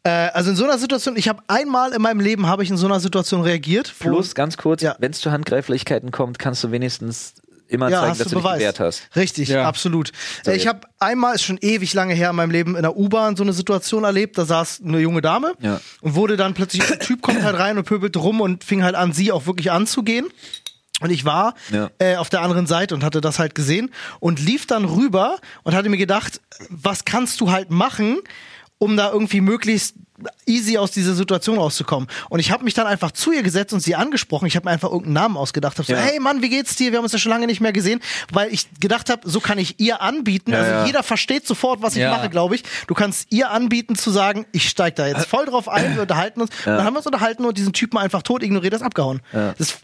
S3: Äh, also in so einer Situation, ich habe einmal in meinem Leben habe ich in so einer Situation reagiert. wo-
S2: Plus, ganz kurz,
S3: Ja.
S2: wenn es zu Handgreiflichkeiten kommt, kannst du wenigstens immer
S3: ja,
S2: zeigen,
S3: hast
S2: dass
S3: du
S2: du, dich
S3: Beweis.
S2: gewehrt hast.
S3: Richtig,
S1: Ja.
S3: absolut. Äh, ich habe einmal, ist schon ewig lange her in meinem Leben, in der U-Bahn so eine Situation erlebt, da saß eine junge Dame
S2: Ja.
S3: und wurde dann plötzlich, ein Typ kommt halt rein und pöbelte rum und fing halt an, sie auch wirklich anzugehen. Und ich war
S2: Ja.
S3: äh, auf der anderen Seite und hatte das halt gesehen und lief dann rüber und hatte mir gedacht, was kannst du halt machen, um da irgendwie möglichst easy aus dieser Situation rauszukommen. Und ich habe mich dann einfach zu ihr gesetzt und sie angesprochen. Ich habe mir einfach irgendeinen Namen ausgedacht. Hab so,
S2: Ja.
S3: hey Mann, wie geht's dir? Wir haben uns ja schon lange nicht mehr gesehen, weil ich gedacht habe, so kann ich ihr anbieten. also
S2: ja.
S3: jeder versteht sofort, was ich
S1: Ja.
S3: mache, glaube ich. Du kannst ihr anbieten zu sagen, ich steig da
S2: Äh.
S3: jetzt voll drauf ein, wir unterhalten uns. Und dann haben wir uns unterhalten und diesen Typen einfach tot ignoriert, das abgehauen. Das ist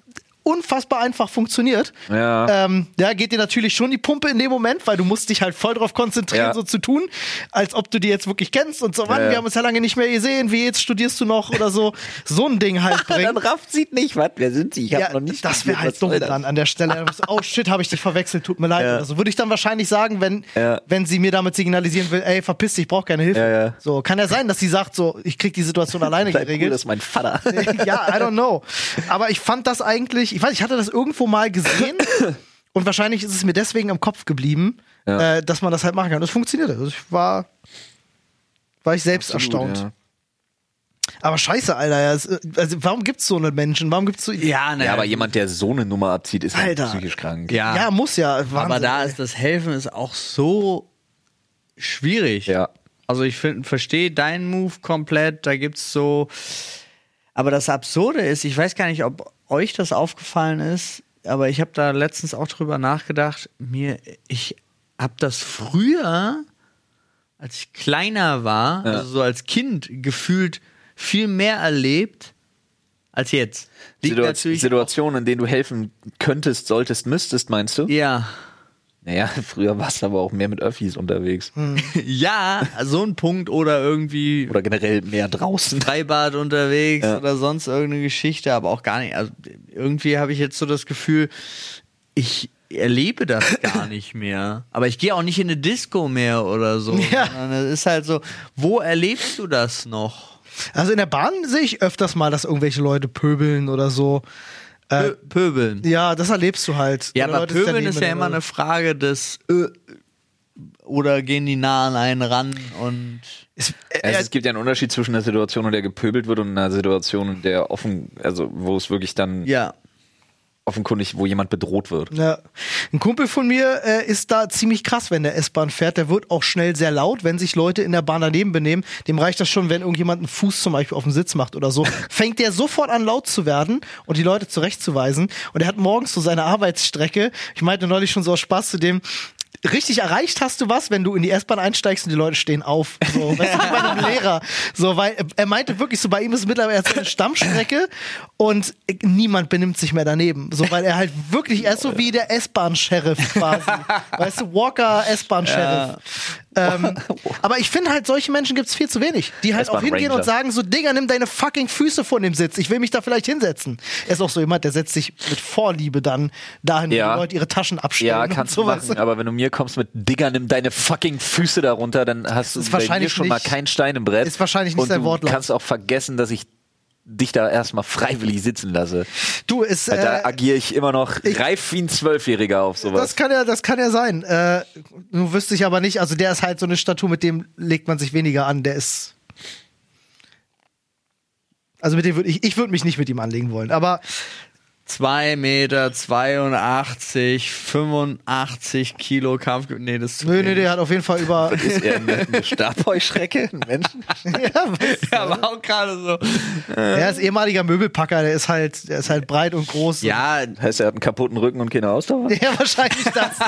S3: unfassbar einfach funktioniert.
S2: Ja.
S3: Ähm, ja, geht dir natürlich schon die Pumpe in dem Moment, weil du musst dich halt voll drauf konzentrieren,
S2: Ja.
S3: so zu tun, als ob du die jetzt wirklich kennst und so, Mann,
S2: ja.
S3: wir haben uns ja lange nicht mehr gesehen, wie jetzt studierst du noch oder so. So ein Ding halt bringen.
S2: rafft sieht nicht, was, wer sind sie? Ich
S3: Ja, das wäre halt dumm dann an der Stelle. Oh shit, habe ich dich verwechselt, tut mir leid.
S2: Ja.
S3: Oder so würde ich dann wahrscheinlich sagen, wenn,
S2: Ja.
S3: wenn sie mir damit signalisieren will, ey, verpiss dich, ich brauche keine Hilfe.
S2: Ja, ja.
S3: So, kann ja sein, dass sie sagt, so, ich krieg die Situation alleine geregelt.
S2: ist mein Vater.
S3: ja, I don't know. Aber ich fand das eigentlich, ich weiß, ich hatte das irgendwo mal gesehen und wahrscheinlich ist es mir deswegen im Kopf geblieben,
S2: Ja.
S3: äh, dass man das halt machen kann. Das funktionierte. Also ich war, war ich selbst erstaunt. Aber scheiße, Alter, ja, es, also warum gibt's so eine Menschen? Warum gibt's so.
S1: Ja, ne,
S2: Ja, aber jemand, der so eine Nummer abzieht, ist
S3: Alter.
S2: halt psychisch krank.
S1: Ja.
S3: Ja, muss ja. Wahnsinn,
S1: aber da
S3: ey.
S1: ist das Helfen ist auch so schwierig.
S2: Ja.
S1: Also ich find- verstehe deinen Move komplett. Da gibt's so. Aber das Absurde ist, ich weiß gar nicht, ob euch das aufgefallen ist, aber ich habe da letztens auch drüber nachgedacht. Mir, ich habe das früher, als ich kleiner war, also so als Kind gefühlt viel mehr erlebt als jetzt. Liegt
S2: Situa
S1: natürlich-
S2: Situationen, in denen du helfen könntest, solltest, müsstest, meinst du?
S1: ja.
S2: Naja, früher warst du aber auch mehr mit Öffis unterwegs.
S3: Hm.
S1: ja, so ein Punkt oder irgendwie
S2: Oder generell mehr draußen.
S1: Freibad unterwegs
S2: Ja.
S1: oder sonst irgendeine Geschichte, aber auch gar nicht. Also irgendwie habe ich jetzt so das Gefühl, ich erlebe das gar nicht mehr. Aber ich gehe auch nicht in eine Disco mehr oder so.
S3: Ja.
S1: sondern Es ist halt so, wo erlebst du das noch?
S3: Also in der Bahn sehe ich öfters mal, dass irgendwelche Leute pöbeln oder so. Äh,
S1: Pö Pöbeln.
S3: ja, das erlebst du halt.
S1: Ja,
S3: Oder
S1: aber
S3: Leute
S1: Pöbeln
S3: daneben
S1: ist ja immer
S3: oder-
S1: eine Frage des äh, oder gehen die nah an einen ran und
S3: Ist, äh,
S2: Also
S3: äh,
S2: es gibt ja einen Unterschied zwischen einer Situation, in der gepöbelt wird und einer Situation, in der offen, also wo es wirklich dann
S1: ja.
S2: offenkundig, wo jemand bedroht wird.
S3: Ja. Ein Kumpel von mir äh, ist da ziemlich krass, wenn der S-Bahn fährt. Der wird auch schnell sehr laut, wenn sich Leute in der Bahn daneben benehmen. Dem reicht das schon, wenn irgendjemand einen Fuß zum Beispiel auf den Sitz macht oder so. Fängt der sofort an, laut zu werden und die Leute zurechtzuweisen. Und er hat morgens so seine Arbeitsstrecke. Ich meinte neulich schon so aus Spaß zu dem. Richtig erreicht hast du was, wenn du in die S-Bahn einsteigst und die Leute stehen auf. So, weißt du, wie bei einem Lehrer. So, weil äh, er meinte wirklich so, bei ihm ist es mittlerweile jetzt eine Stammstrecke und äh, niemand benimmt sich mehr daneben. So, weil er halt wirklich, er ist so wie der S-Bahn-Sheriff quasi. Weißt du, Walker S-Bahn-Sheriff. Ähm, aber ich finde halt, solche Menschen gibt es viel zu wenig, die halt
S2: Es war
S3: auch
S2: ein
S3: hingehen
S2: Ranger.
S3: und sagen so, Digga, nimm deine fucking Füße von dem Sitz, ich will mich da vielleicht hinsetzen. Er ist auch so jemand, der setzt sich mit Vorliebe dann dahin,
S2: Ja.
S3: wo die Leute ihre Taschen abstellen
S2: Ja,
S3: und
S2: kannst du
S3: sowas.
S2: machen, aber wenn du mir kommst mit Digga, nimm deine fucking Füße darunter, dann hast du
S3: Ist
S2: bei mir
S3: wahrscheinlich
S2: schon mal
S3: nicht-
S2: keinen Stein im Brett.
S3: ist wahrscheinlich nicht
S2: und
S3: sein
S2: du
S3: Wortlaut.
S2: kannst auch vergessen, dass ich dich da erstmal freiwillig sitzen lasse.
S3: Du, ist,
S2: Weil da
S3: äh,
S2: agiere ich immer noch reif wie ein Zwölfjähriger auf sowas.
S3: das kann ja, das kann ja sein. Äh, nun wüsste ich aber nicht, also der ist halt so eine Statue, mit dem legt man sich weniger an, der ist. Also mit dem würde ich, ich würde mich nicht mit ihm anlegen wollen, aber
S1: 2 Meter, 82, 85 Kilo Kampf. Nee, das ist zu
S3: nö, nö,
S1: wenig.
S3: der hat auf jeden Fall über.
S2: Ist er eine eine Stabheuschrecke? Ein Menschen?
S3: ja, was?
S1: Ja, war auch gerade so.
S3: Er ist ehemaliger Möbelpacker, der ist halt, der ist halt breit und groß.
S1: Ja,
S2: Heißt, er hat einen kaputten Rücken und keine Ausdauer?
S3: Ja, wahrscheinlich das.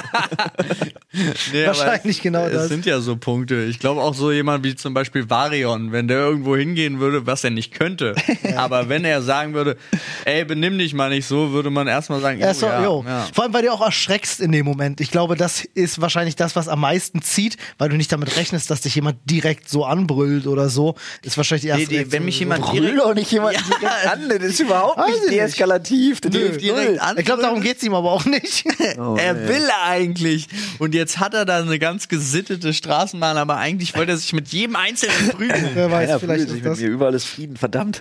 S1: Nee, aber
S3: Wahrscheinlich
S1: es,
S3: genau
S1: es
S3: das.
S1: Es sind ja so Punkte. Ich glaube auch so jemand wie zum Beispiel Varion, wenn der irgendwo hingehen würde, was er nicht könnte. Aber wenn er sagen würde, ey, benimm dich mal nicht so, würde man erstmal sagen,
S3: Ja,
S1: jo,
S3: so,
S1: ja,
S3: jo.
S1: ja.
S3: Vor allem, weil du auch erschreckst in dem Moment. Ich glaube, das ist wahrscheinlich das, was am meisten zieht, weil du nicht damit rechnest, dass dich jemand direkt so anbrüllt oder so. Ist wahrscheinlich die erste
S1: Nee, nee, wenn
S3: Reaktion
S1: mich
S3: so.
S1: jemand
S2: Brüll
S1: direkt,
S2: doch nicht jemanden direkt an, das ist überhaupt
S3: Weiß ich
S2: nicht
S3: nicht.
S2: deeskalativ. Das hilft
S1: direkt
S2: null.
S1: an.
S3: Ich glaube, darum Oh, geht's ihm aber auch nicht.
S1: er will eigentlich. Und jetzt hat er da eine ganz gesittete Straßenbahn, aber eigentlich wollte er sich mit jedem Einzelnen prügeln.
S3: Wer weiß,
S2: Keiner
S3: vielleicht
S2: fühlt sich
S3: ist
S2: mit
S3: das.
S2: mir überall ist Frieden, verdammt.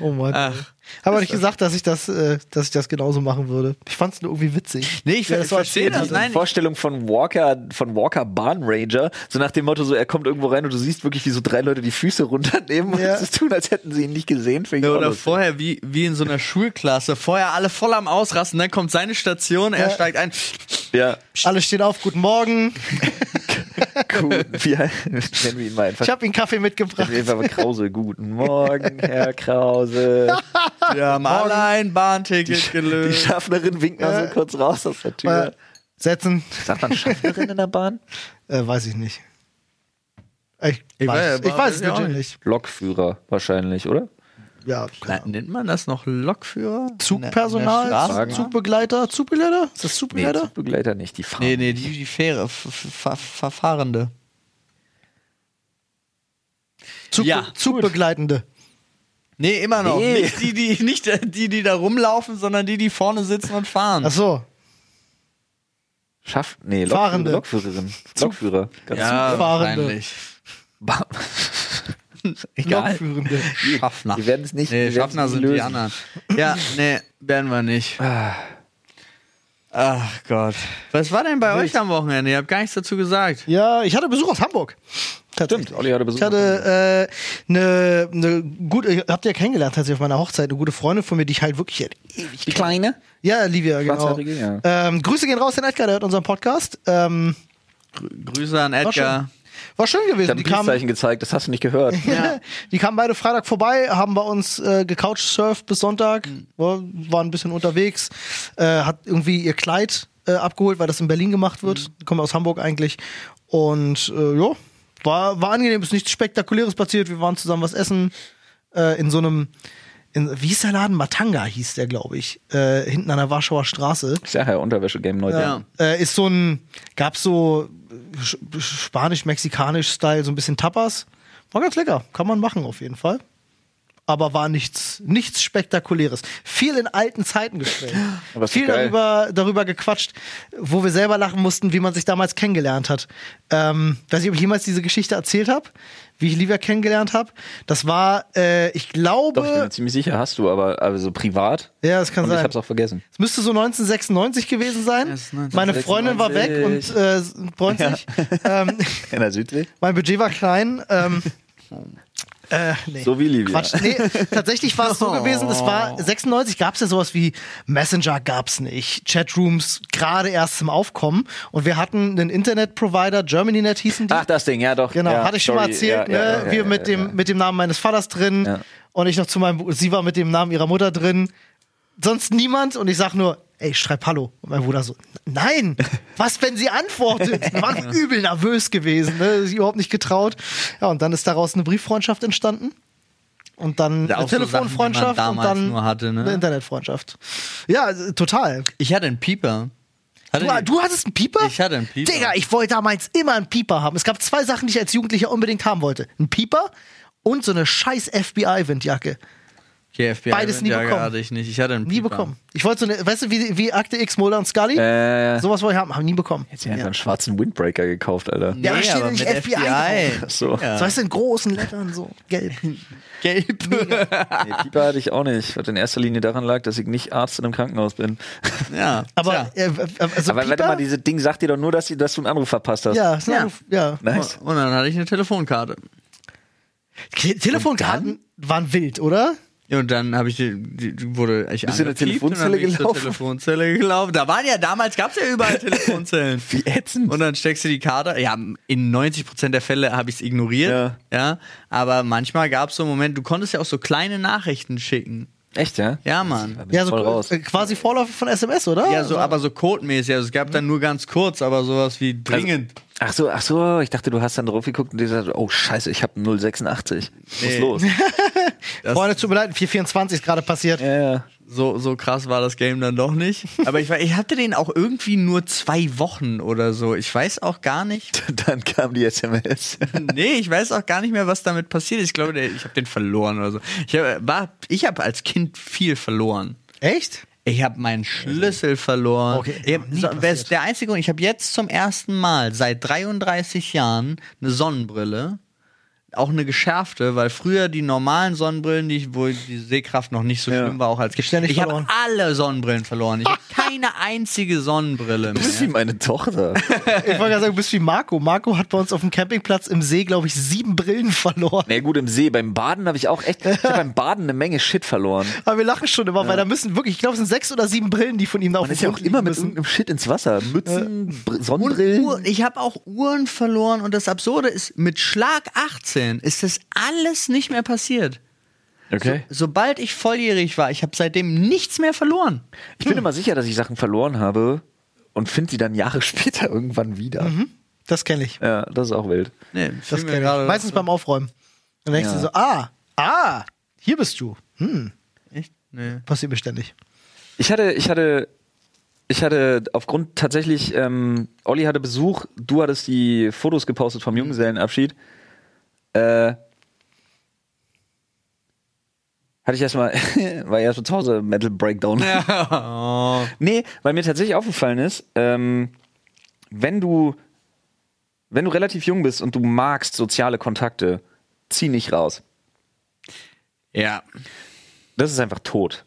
S3: Oh Mann.
S1: Ach.
S3: Habe ich nicht gesagt, dass ich das, äh, dass ich das genauso machen würde. Ich fand's nur irgendwie witzig.
S1: Nee, ich,
S3: Ja,
S1: ver-
S3: das
S1: ich
S3: war als
S1: verstehe das.
S2: diese
S1: Nein,
S2: Also Vorstellung von Walker, von Walker Bahnranger, so nach dem Motto, so er kommt irgendwo rein und du siehst wirklich, wie so drei Leute die Füße runternehmen
S3: Ja.
S2: und es tun, als hätten sie ihn nicht gesehen. Find ich
S1: Ja,
S2: auch
S1: oder
S2: lustig.
S1: vorher, wie, wie in so einer Schulklasse, vorher alle voll am Ausrasten, dann kommt seine Station, er
S3: Ja.
S1: steigt ein.
S2: ja,
S3: Alle stehen auf, guten Morgen.
S2: cool. Wie, nennen wir ihn mal einfach.
S3: Ich habe Ihnen Kaffee mitgebracht.
S2: Nennen wir ihn einfach mal Krause. Guten Morgen, Herr Krause.
S1: Wir haben alle ein Bahnticket
S2: Die
S1: gelöst.
S2: Schaffnerin winkt mal
S3: Ja.
S2: so kurz raus aus der Tür.
S3: Mal setzen.
S2: Sagt man Schaffnerin in der Bahn?
S3: Äh, weiß ich nicht. Ich,
S1: Ich weiß-
S3: weiß, ich weiß es
S1: weiß ich auch
S3: wirklich nicht.
S2: Lokführer wahrscheinlich, oder?
S3: Ja, keine Ahnung.
S1: Nennt man das noch Lokführer?
S3: Zugpersonal,
S1: Straßenbahn?
S3: Zugbegleiter, Zugbegleiter? Ist das Zugbegleiter?
S2: Begleiter nicht, die fahren.
S1: Nee, nee, die, die Fähre, f- f- ver- Verfahrende.
S3: Zug,
S1: Ja, Hm.
S3: Zugbegleitende.
S1: Nee, immer noch.
S2: Nee.
S1: Nicht, die, die, nicht äh, die, die da rumlaufen, sondern die, die vorne sitzen und fahren.
S3: Ach so.
S2: Schaff, nee, Lokführer-
S3: Fahrende.
S2: Lokführerin. Lokführer. Ganz
S3: Zugfahrende.
S1: wahrscheinlich.
S2: Bam. Egal.
S3: Lokführende.
S1: Schaffner.
S2: Wir werden es nicht-
S1: Nee,
S2: wir werden's
S1: Schaffner
S2: nicht
S1: sind die
S2: lösen.
S1: anderen. Ja, nee, werden wir nicht. Ach Gott. Was war denn bei euch am Wochenende? Ihr habt gar nichts dazu gesagt.
S3: Ja, ich hatte Besuch aus Hamburg. Tatsächlich.
S2: Stimmt, Olli hatte Besuch
S3: Ich hatte eine äh, ne gute, habt ihr kennengelernt, tatsächlich auf meiner Hochzeit, eine gute Freundin von mir, die ich halt wirklich ewig
S2: Die kleine?
S3: Ja, Livia, genau.
S2: Schwarzhaarige, ja.
S3: Ähm, Grüße gehen raus, den Edgar, der hört unseren Podcast. Ähm,
S1: Grüße an
S3: war,
S1: Edgar.
S3: schön. war schön
S2: Ich
S3: gewesen.
S2: habe ein
S3: Die kamen,
S2: Peace-Zeichen gezeigt, das hast du nicht gehört.
S3: die kamen beide Freitag vorbei, haben bei uns äh, gecouchsurft bis Sonntag, war- waren ein bisschen unterwegs, äh, hat irgendwie ihr Kleid äh, abgeholt, weil das in Berlin gemacht wird. Kommen aus Hamburg eigentlich. Und äh, ja, war, war angenehm, ist nichts Spektakuläres passiert. Wir waren zusammen was essen äh, in so einem. In, wie hieß der Laden? Matanga hieß der, glaube ich. Äh, hinten an der Warschauer Straße.
S2: Ich sag ja, Unterwäsche-Game neu.
S1: Ja.
S3: Äh, ist so ein, gab so äh, sch- spanisch-mexikanisch-Style, so ein bisschen Tapas. War ganz lecker, kann man machen auf jeden Fall. Aber war nichts, nichts Spektakuläres. Viel in alten Zeiten gestellt.
S2: Aber ist doch
S3: Viel
S2: geil.
S3: darüber, darüber gequatscht, wo wir selber lachen mussten, wie man sich damals kennengelernt hat. Ähm, weiß nicht, ob ich jemals diese Geschichte erzählt habe, wie ich Livia kennengelernt habe. Das war, äh, ich glaube.
S2: Doch, ich bin mir ziemlich sicher, hast du, aber also privat.
S3: Ja, das kann
S2: Und
S3: sein.
S2: ich hab's auch vergessen.
S3: Es müsste so 1996 gewesen sein.
S1: Ja, es ist 1996.
S3: Meine Freundin war weg und äh, 90. Ähm,
S2: In der Südsee?
S3: mein Budget war klein. Ähm, äh, nee.
S2: So wie Livia.
S3: Quatsch. Nee, tatsächlich war es so gewesen, es
S1: Oh.
S3: war 96 gab es ja sowas wie Messenger gab's nicht, Chatrooms gerade erst zum Aufkommen und wir hatten einen Internetprovider, GermanyNet hießen die.
S2: Ach, das Ding, ja doch.
S3: Genau,
S2: ja,
S3: hatte ich schon mal
S2: sorry,
S3: erzählt,
S2: ja, ja,
S3: ne?
S2: ja, ja,
S3: wir
S2: ja,
S3: mit, dem, mit dem Namen meines Vaters drin
S2: Ja.
S3: und ich noch zu meinem, Br- sie war mit dem Namen ihrer Mutter drin, sonst niemand und ich sag nur, ey, schreib Hallo. Und mein Bruder so, nein, was, wenn sie antwortet? Wir waren übel nervös gewesen, ne? sich überhaupt nicht getraut. Ja, und dann ist daraus eine Brieffreundschaft entstanden. Und dann
S1: Ja,
S3: eine
S1: auch so Sachen, die man
S3: Telefonfreundschaft und
S1: damals
S3: dann
S1: nur hatte, ne?
S3: eine Internetfreundschaft. Ja, äh, total.
S1: Ich hatte einen Pieper. Hatte
S3: Du,
S1: die-
S3: du hattest einen Pieper?
S1: Ich hatte einen Pieper.
S3: Digga, ich wollte damals immer einen Pieper haben. Es gab zwei Sachen, die ich als Jugendlicher unbedingt haben wollte. Ein Pieper und so eine scheiß FBI-Windjacke.
S1: okay, FBI
S3: Beides nie
S1: Windjacke
S3: bekommen.
S1: Hatte ich nicht. Ich hatte einen
S3: Nie
S1: Pieper.
S3: bekommen. Ich wollte so eine, weißt du, wie, wie Akte X, Mulder und Scully?
S2: Äh,
S3: Sowas wollte ich haben, haben nie bekommen.
S2: jetzt haben wir einen schwarzen Windbreaker gekauft, Alter.
S1: Nee,
S3: Ja, da steht
S1: aber
S3: ja nicht
S1: mit
S3: FBI
S1: FBI.
S2: drauf. So.
S1: Ja.
S3: So weißt du, in großen Lettern, so gelb.
S1: Gelb.
S2: Nee, Pieper hatte ich auch nicht, was in erster Linie daran lag, dass ich nicht Arzt in einem Krankenhaus bin.
S1: ja.
S3: Aber, äh, äh, also
S2: Aber warte
S3: Pieper?
S2: mal, dieses Ding sagt dir doch nur, dass, du- dass du einen Anruf verpasst hast.
S3: Ja, ist ein
S1: Ja.
S3: Anruf, ja.
S2: Nice.
S1: Und dann hatte ich eine Telefonkarte.
S3: Te- Telefonkarten waren wild, oder?
S1: Ja, Und dann habe ich die, die die wurde ich
S2: Bist du in eine
S1: angepiept und dann
S2: Telefonzelle
S1: bin ich Zur
S2: gelaufen?
S1: Telefonzelle gelaufen. Da waren ja damals gab's ja überall Telefonzellen.
S2: Wie ätzend.
S1: Und dann steckst du die Karte. Ja, in 90% der Fälle habe ich es ignoriert.
S2: Ja.
S1: Ja. Aber manchmal gab's so einen Moment, du konntest ja auch so kleine Nachrichten schicken.
S2: Echt, ja?
S1: Ja, Mann.
S2: bin
S3: Ja, so
S2: voll raus.
S3: äh, quasi Vorläufe von SMS, oder?
S1: Ja, so, aber so codemäßig. Also es gab dann nur ganz kurz, aber sowas wie dringend.
S2: Also, Ach so, ach so, ich dachte, du hast dann drauf geguckt und dir gesagt, oh scheiße, ich habe 086. Muss
S1: Nee.
S2: los.
S3: Freunde, tut mir leid, 424 ist gerade passiert.
S2: Ja, ja.
S1: so, so krass war das Game dann doch nicht. Aber ich, war- ich hatte den auch irgendwie nur zwei Wochen oder so. Ich weiß auch gar nicht.
S2: Dann kam die SMS.
S1: nee, ich weiß auch gar nicht mehr, was damit passiert ist. Ich glaube, der, ich habe den verloren oder so. Ich habe war- ich hab als Kind viel verloren.
S3: Echt?
S1: Ich habe meinen Schlüssel verloren.
S3: Okay,
S1: ich hab,
S3: noch nie
S1: so, wer
S3: passiert.
S1: ist der einzige Grund, ich habe jetzt zum ersten Mal seit 33 Jahren eine Sonnenbrille. Auch eine geschärfte, weil früher die normalen Sonnenbrillen, die ich, wo die Sehkraft noch nicht so
S2: Ja.
S1: schlimm war, auch als Kind.
S3: Ständig
S1: ich habe
S3: verloren.
S1: alle Sonnenbrillen verloren. Ich habe keine einzige Sonnenbrille mehr.
S2: Das ist wie meine Tochter.
S3: Ich wollte gerade sagen, du bist wie Marco. Marco hat bei uns auf dem Campingplatz im See, glaube ich, sieben Brillen verloren.
S2: Na gut, im See, beim Baden habe ich auch echt, ich hab beim Baden eine Menge Shit verloren.
S3: Aber wir lachen schon immer, weil da müssen wirklich, ich glaube, es sind sechs oder sieben Brillen, die von ihm da auf
S2: Man
S3: dem
S2: ist ja auch
S3: Grund
S2: immer
S3: liegen
S2: mit
S3: müssen.
S2: irgendeinem Shit ins Wasser. Mützen, Br- Sonnenbrillen.
S1: Uhr, ich habe auch Uhren verloren und das Absurde ist, mit Schlag 18 ist das alles nicht mehr passiert.
S2: Okay.
S1: Sobald ich volljährig war, ich habe seitdem nichts mehr verloren.
S2: Ich bin immer sicher, dass ich Sachen verloren habe und finde sie dann Jahre später irgendwann wieder.
S3: Mhm. Hm? Das kenne ich.
S2: Ja, das ist auch wild.
S1: Nee,
S3: Das kenn ich. Meistens beim Aufräumen. Dann denkst du
S2: Ja.
S3: so, ah, ah, hier bist du. Hm,
S1: Echt? Nee.
S3: passiert beständig.
S2: Ich hatte, ich hatte, ich hatte aufgrund tatsächlich, ähm, Olli hatte Besuch, du hattest die Fotos gepostet vom Junggesellenabschied. Äh, hatte ich erstmal, war erstmal zu Hause Metal Breakdown. Nee, weil mir tatsächlich aufgefallen ist, ähm, wenn du, wenn du relativ jung bist und du magst soziale Kontakte, zieh nicht raus.
S1: Ja.
S2: Das ist einfach tot.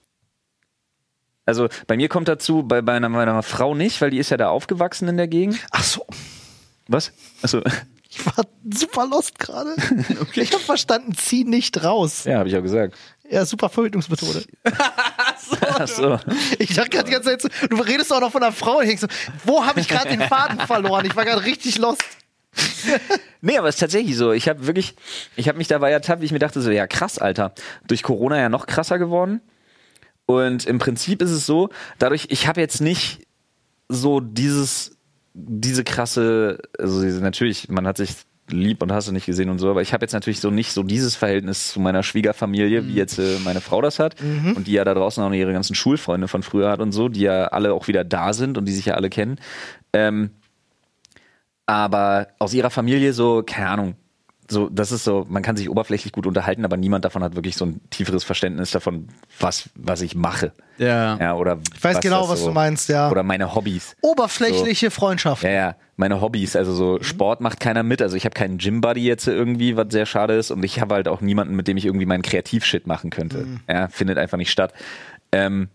S2: Also bei mir kommt dazu, bei, bei einer, meiner Frau nicht, weil die ist ja da aufgewachsen in der Gegend.
S3: Ach so,
S2: Was? Achso,
S3: ich war super lost gerade. Ich habe verstanden, zieh nicht raus.
S2: ja, habe ich auch gesagt.
S3: Ja, super Verhütungsmethode.
S2: Achso.
S3: Ich dachte gerade die ganze Zeit, so, du redest auch noch von einer Frau. Ich denk so, wo habe ich gerade den Faden verloren? Ich war gerade richtig lost.
S2: Nee, aber es ist tatsächlich so. Ich habe wirklich, ich habe mich dabei ertappt, wie ich mir dachte, so, ja krass, Alter. Durch Corona ja noch krasser geworden. Und im Prinzip ist es so, dadurch, ich habe jetzt nicht so dieses, diese krasse, also diese, natürlich, man hat sich lieb und hast du nicht gesehen und so, aber ich habe jetzt natürlich so nicht so dieses Verhältnis zu meiner Schwiegerfamilie,
S3: Mhm.
S2: wie jetzt äh, meine Frau das hat und die ja da draußen auch noch ihre ganzen Schulfreunde von früher hat und so, die ja alle auch wieder da sind und die sich ja alle kennen. Ähm, aber aus ihrer Familie so, keine Ahnung, so, das ist so, man kann sich oberflächlich gut unterhalten, aber niemand davon hat wirklich so ein tieferes Verständnis davon, was, was ich mache.
S1: Ja.
S2: ja oder
S3: Ich weiß genau,
S2: das
S3: was du meinst, ja.
S2: Oder meine Hobbys.
S3: Oberflächliche Freundschaft.
S2: Ja, ja, meine Hobbys, also so Sport macht keiner mit. Also ich habe keinen Gym-Buddy jetzt irgendwie, was sehr schade ist. Und ich habe halt auch niemanden, mit dem ich irgendwie meinen Kreativshit machen könnte. Ja, findet einfach nicht statt. Ähm,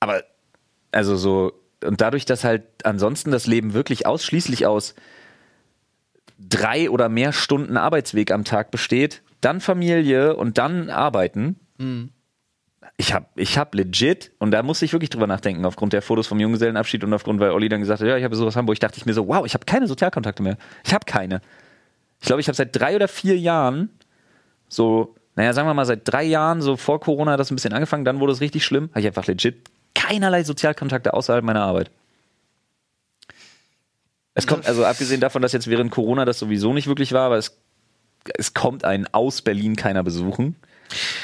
S2: aber, also so, und dadurch, dass halt ansonsten das Leben wirklich ausschließlich aus drei oder mehr Stunden Arbeitsweg am Tag besteht, dann Familie und dann Arbeiten. Ich habe ich hab legit, und da musste ich wirklich drüber nachdenken, aufgrund der Fotos vom Junggesellenabschied und aufgrund, weil Olli dann gesagt hat, ja, ich habe sowas Hamburg, dachte ich mir so, wow, ich habe keine Sozialkontakte mehr. Ich habe keine. Ich glaube, ich habe seit drei oder vier Jahren so, naja, sagen wir mal, seit drei Jahren, so vor Corona hat das ein bisschen angefangen, dann wurde es richtig schlimm, habe ich einfach legit keinerlei Sozialkontakte außerhalb meiner Arbeit. Es kommt, also abgesehen davon, dass jetzt während Corona das sowieso nicht wirklich war, aber es, es kommt einen aus Berlin keiner besuchen.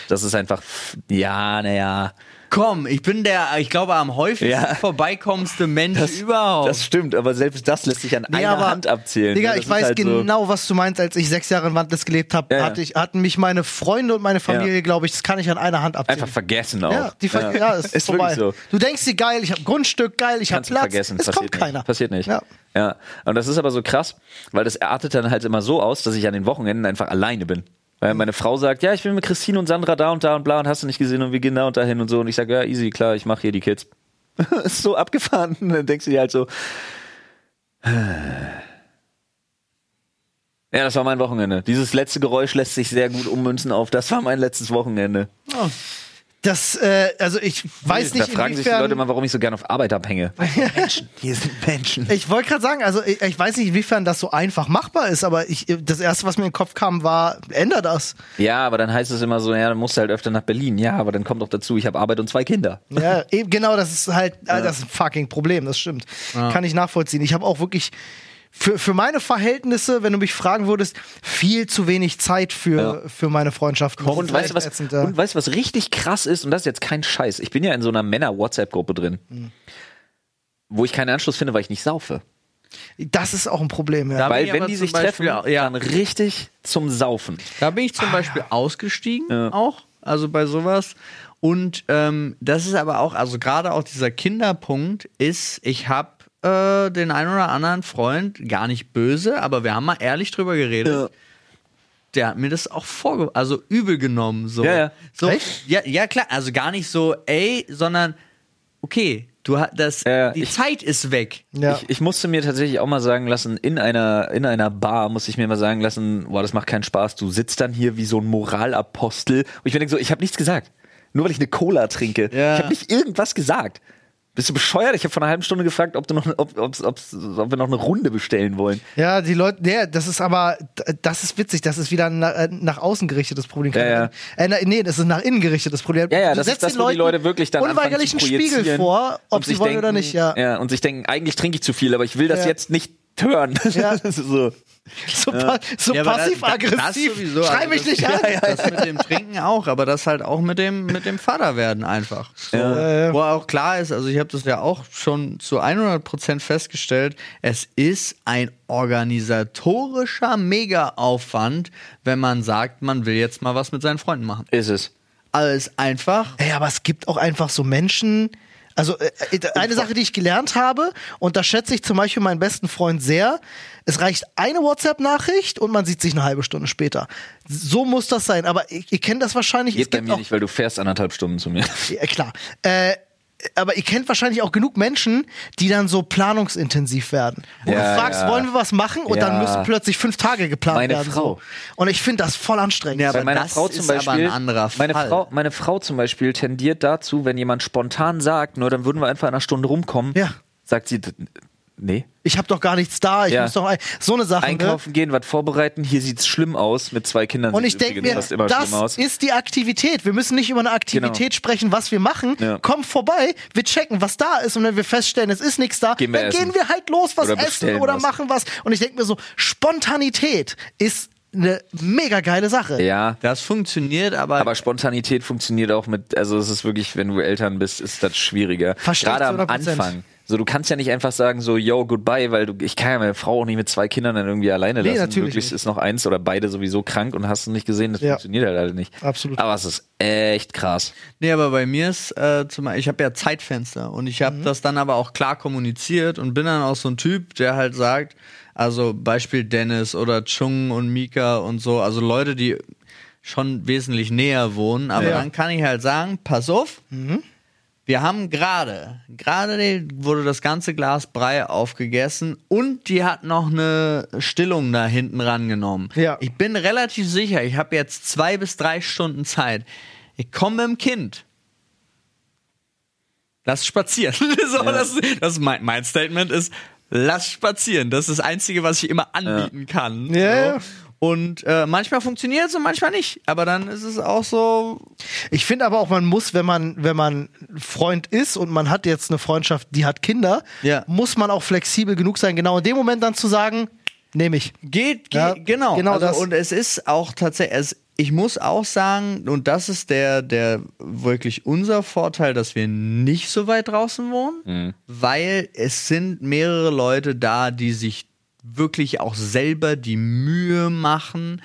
S2: Das ist einfach, ja, naja.
S1: komm, ich bin der, ich glaube, am häufigsten
S2: Ja.
S1: vorbeikommendste Mensch überhaupt.
S2: Das stimmt, aber selbst das lässt sich an einer Hand abzählen.
S3: Digga,
S2: Ja, das
S3: ich
S2: ist
S3: weiß
S2: halt so-
S3: genau, was du meinst. Als ich sechs Jahre in Wandlitz gelebt habe,
S2: Ja, ja.
S3: hatte ich, hatten mich meine Freunde und meine Familie,
S2: Ja.
S3: glaube ich, das kann ich an einer Hand abziehen.
S2: Einfach vergessen auch.
S3: ja, die ver ja. ist,
S2: ist
S3: vorbei.
S2: wirklich so.
S3: Du denkst dir geil, ich habe Grundstück, geil, ich habe
S2: Kannst du
S3: Platz.
S2: vergessen,
S3: es
S2: passiert
S3: kommt
S2: nicht.
S3: keiner.
S2: Passiert nicht.
S3: Ja.
S2: Ja. Und das ist aber so krass, weil das artet dann halt immer so aus, dass ich an den Wochenenden einfach alleine bin. Weil meine Frau sagt, ja, ich bin mit Christine und Sandra da und da und bla und hast du nicht gesehen und wir gehen da und dahin und so. Und ich sage, ja, easy, klar, ich mache hier die Kids. ist so abgefahren. Und dann denkst du dir halt so, ja, das war mein Wochenende. Dieses letzte Geräusch lässt sich sehr gut ummünzen auf, das war mein letztes Wochenende.
S3: Das, äh, also ich weiß
S2: da
S3: nicht,
S2: fragen sich die
S3: inwiefern-
S2: Leute immer, warum ich so gern auf Arbeit abhänge. Menschen, hier sind Menschen.
S3: Ich wollte gerade sagen, also ich, ich weiß nicht, inwiefern das so einfach machbar ist, aber ich, das erste, was mir in den Kopf kam, war, änder das.
S2: Ja, aber dann heißt es immer so, ja, dann musst du halt öfter nach Berlin. Ja, aber dann kommt doch dazu, ich habe Arbeit und zwei Kinder.
S3: Ja, eben, genau, das ist halt, äh, das ist ein fucking Problem, das stimmt. Kann ich nachvollziehen. Ich habe auch wirklich für, für meine Verhältnisse, wenn du mich fragen würdest, viel zu wenig Zeit für, für meine Freundschaften. Das
S2: Und
S3: ist
S2: weißt, du,
S3: echt
S2: was,
S3: ätzend, ja.
S2: und weißt du, was richtig krass ist? Und das ist jetzt kein Scheiß. Ich bin ja in so einer Männer-WhatsApp-Gruppe drin,
S1: Mhm.
S2: wo ich keinen Anschluss finde, weil ich nicht saufe.
S3: das ist auch ein Problem, ja.
S1: Da bin
S2: Weil
S1: ich
S2: wenn
S1: aber
S2: die
S1: zum
S2: sich
S1: Beispiel auch-
S2: treffen,
S1: ja.
S2: dann richtig zum Saufen.
S1: Da bin ich
S2: Ah,
S1: zum Beispiel ausgestiegen auch, also bei sowas. Und ähm, das ist aber auch, also gerade auch dieser Kinderpunkt ist, ich habe äh, den einen oder anderen Freund, gar nicht böse, aber wir haben mal ehrlich drüber geredet. Der hat mir das auch vorge, also übel genommen. So.
S2: Ja, ja.
S1: So,
S3: Echt?
S1: Ja, ja, klar. Also gar nicht so, ey, sondern okay, du hast das,
S2: Ja, ja,
S1: die
S2: ich-
S1: Zeit ist weg.
S3: ja.
S2: Ich, ich musste mir tatsächlich auch mal sagen lassen, in einer, in einer Bar musste ich mir mal sagen lassen, boah, das macht keinen Spaß, du sitzt dann hier wie so ein Moralapostel. Und ich mir denke so, ich habe nichts gesagt. Nur weil ich eine Cola trinke.
S1: Ja.
S2: Ich habe nicht irgendwas gesagt. Bist du bescheuert? Ich habe vor einer halben Stunde gefragt, ob, du noch, ob, ob's, ob's, ob wir noch eine Runde bestellen wollen.
S3: Ja, die Leute, nee, das ist aber, das ist witzig, das ist wieder ein na- äh, nach außen gerichtetes Problem.
S2: Ja, ja.
S3: Äh, na- nee, das ist nach innen gerichtetes Problem.
S2: Ja, ja,
S3: Du
S2: das
S3: setzt
S2: ist das,
S3: den
S2: wo
S3: Leuten
S2: die Leute wirklich dann
S3: unweigerlich
S2: anfangen
S3: einen
S2: zu
S3: Spiegel
S2: projizieren
S3: vor, ob
S2: und
S3: sie
S2: sich
S3: wollen
S2: denken,
S3: oder nicht, ja.
S2: Ja, und sich denken, eigentlich trinke ich zu viel, aber ich will das
S3: Ja.
S2: jetzt nicht hören.
S3: Ja.
S2: das ist so.
S3: So, pa so
S1: Ja, aber da- da- das
S3: passiv-aggressiv.
S1: sowieso,
S3: Schrei
S1: also
S3: mich
S1: das-
S3: nicht an.
S1: Ja, ja, Das mit dem Trinken auch, aber das halt auch mit dem, mit dem Vater werden einfach. So, äh,
S3: Ja.
S1: Wo auch klar ist, also ich habe das ja auch schon zu 100% festgestellt, es ist ein organisatorischer Mega-Aufwand, wenn man sagt, man will jetzt mal was mit seinen Freunden machen.
S2: Ist es.
S1: Alles einfach.
S3: Ey, aber es gibt auch einfach so Menschen. Also äh, äh, eine Sache, die ich gelernt habe, und da schätze ich zum Beispiel meinen besten Freund sehr, es reicht eine WhatsApp-Nachricht und man sieht sich eine halbe Stunde später. So muss das sein. Aber ihr, ihr kennt das wahrscheinlich. es
S2: Geht bei
S3: gibt
S2: mir
S3: auch,
S2: nicht, weil du fährst anderthalb Stunden zu mir.
S3: Ja, klar. Äh, aber ihr kennt wahrscheinlich auch genug Menschen, die dann so planungsintensiv werden. Und
S2: Ja,
S3: du fragst,
S2: ja.
S3: wollen wir was machen? Und dann
S2: Ja.
S3: müssen plötzlich fünf Tage geplant
S2: Meine
S3: werden.
S2: Frau.
S3: So. Und ich finde das voll anstrengend.
S1: Ja,
S2: Bei
S1: aber
S2: meiner
S1: das
S2: Frau zum
S1: ist
S2: Beispiel,
S1: aber ein anderer Fall.
S2: Meine, Frau, meine Frau zum Beispiel tendiert dazu, wenn jemand spontan sagt, nur dann würden wir einfach in einer Stunde rumkommen,
S3: Ja.
S2: sagt sie, nee,
S3: ich habe doch gar nichts da. Ich
S2: Ja.
S3: muss doch ein so eine Sache. Ne?
S2: einkaufen gehen, was vorbereiten, hier sieht's schlimm aus, mit zwei Kindern
S3: Und
S2: sieht's
S3: ich denke
S2: übrigens
S3: mir,
S2: fast immer schlimm
S3: das
S2: aus.
S3: ist die Aktivität. Wir müssen nicht über eine Aktivität
S2: Genau.
S3: sprechen, was wir machen.
S2: Ja.
S3: Komm vorbei, wir checken, was da ist. Und wenn wir feststellen, es ist nichts da,
S2: Gehen wir
S3: dann
S2: essen.
S3: gehen wir halt los, was
S2: Oder
S3: essen
S2: bestellen
S3: oder
S2: was.
S3: machen was. Und ich denke mir so, Spontanität ist eine mega geile Sache.
S2: ja,
S1: Das funktioniert, aber,
S2: aber Spontanität funktioniert auch mit, also es ist wirklich, wenn du Eltern bist, ist das schwieriger.
S3: Verstehe ich
S2: Gerade am
S3: 100%.
S2: Anfang. So, du kannst ja nicht einfach sagen, so, yo, goodbye, weil du, ich kann ja meine Frau auch nicht mit zwei Kindern dann irgendwie alleine
S3: Nee,
S2: lassen.
S3: natürlich
S2: Möglichst
S3: nicht.
S2: ist noch eins oder beide sowieso krank und hast du nicht gesehen, das
S3: Ja.
S2: funktioniert halt leider nicht.
S3: Absolut.
S2: Aber es ist echt krass.
S1: Nee, aber bei mir ist, äh, zum, ich habe ja Zeitfenster und ich habe das dann aber auch klar kommuniziert und bin dann auch so ein Typ, der halt sagt, also Beispiel Dennis oder Chung und Mika und so, also Leute, die schon wesentlich näher wohnen, aber
S3: Ja.
S1: dann kann ich halt sagen, pass auf, wir haben gerade, gerade wurde das ganze Glas Brei aufgegessen und die hat noch eine Stillung da hinten rangenommen.
S3: Ja.
S1: Ich bin relativ sicher, ich habe jetzt zwei bis drei Stunden Zeit. Ich komme mit dem Kind. Lass spazieren. so, das, das ist mein, mein Statement ist, lass spazieren. Das ist das Einzige, was ich immer anbieten kann.
S3: Ja, ja.
S1: So. Und äh, manchmal funktioniert es und manchmal nicht. Aber dann ist es auch so,
S3: Ich finde aber auch, man muss, wenn man, wenn man Freund ist und man hat jetzt eine Freundschaft, die hat Kinder,
S1: Ja.
S3: muss man auch flexibel genug sein, genau in dem Moment dann zu sagen, nehme ich.
S1: Geht, geht
S3: Ja,
S1: genau.
S3: genau
S1: also,
S3: das.
S1: Und es ist auch tatsächlich, es ich muss auch sagen, und das ist der, der wirklich unser Vorteil, dass wir nicht so weit draußen wohnen, weil es sind mehrere Leute da, die sich wirklich auch selber die Mühe machen,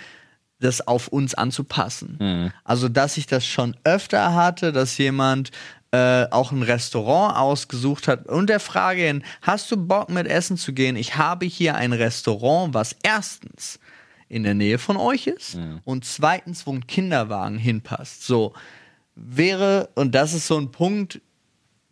S1: das auf uns anzupassen. Also, dass ich das schon öfter hatte, dass jemand äh, auch ein Restaurant ausgesucht hat und der Frage hin, hast du Bock mit Essen zu gehen? Ich habe hier ein Restaurant, was erstens in der Nähe von euch ist und zweitens, wo ein Kinderwagen hinpasst. So wäre, und das ist so ein Punkt,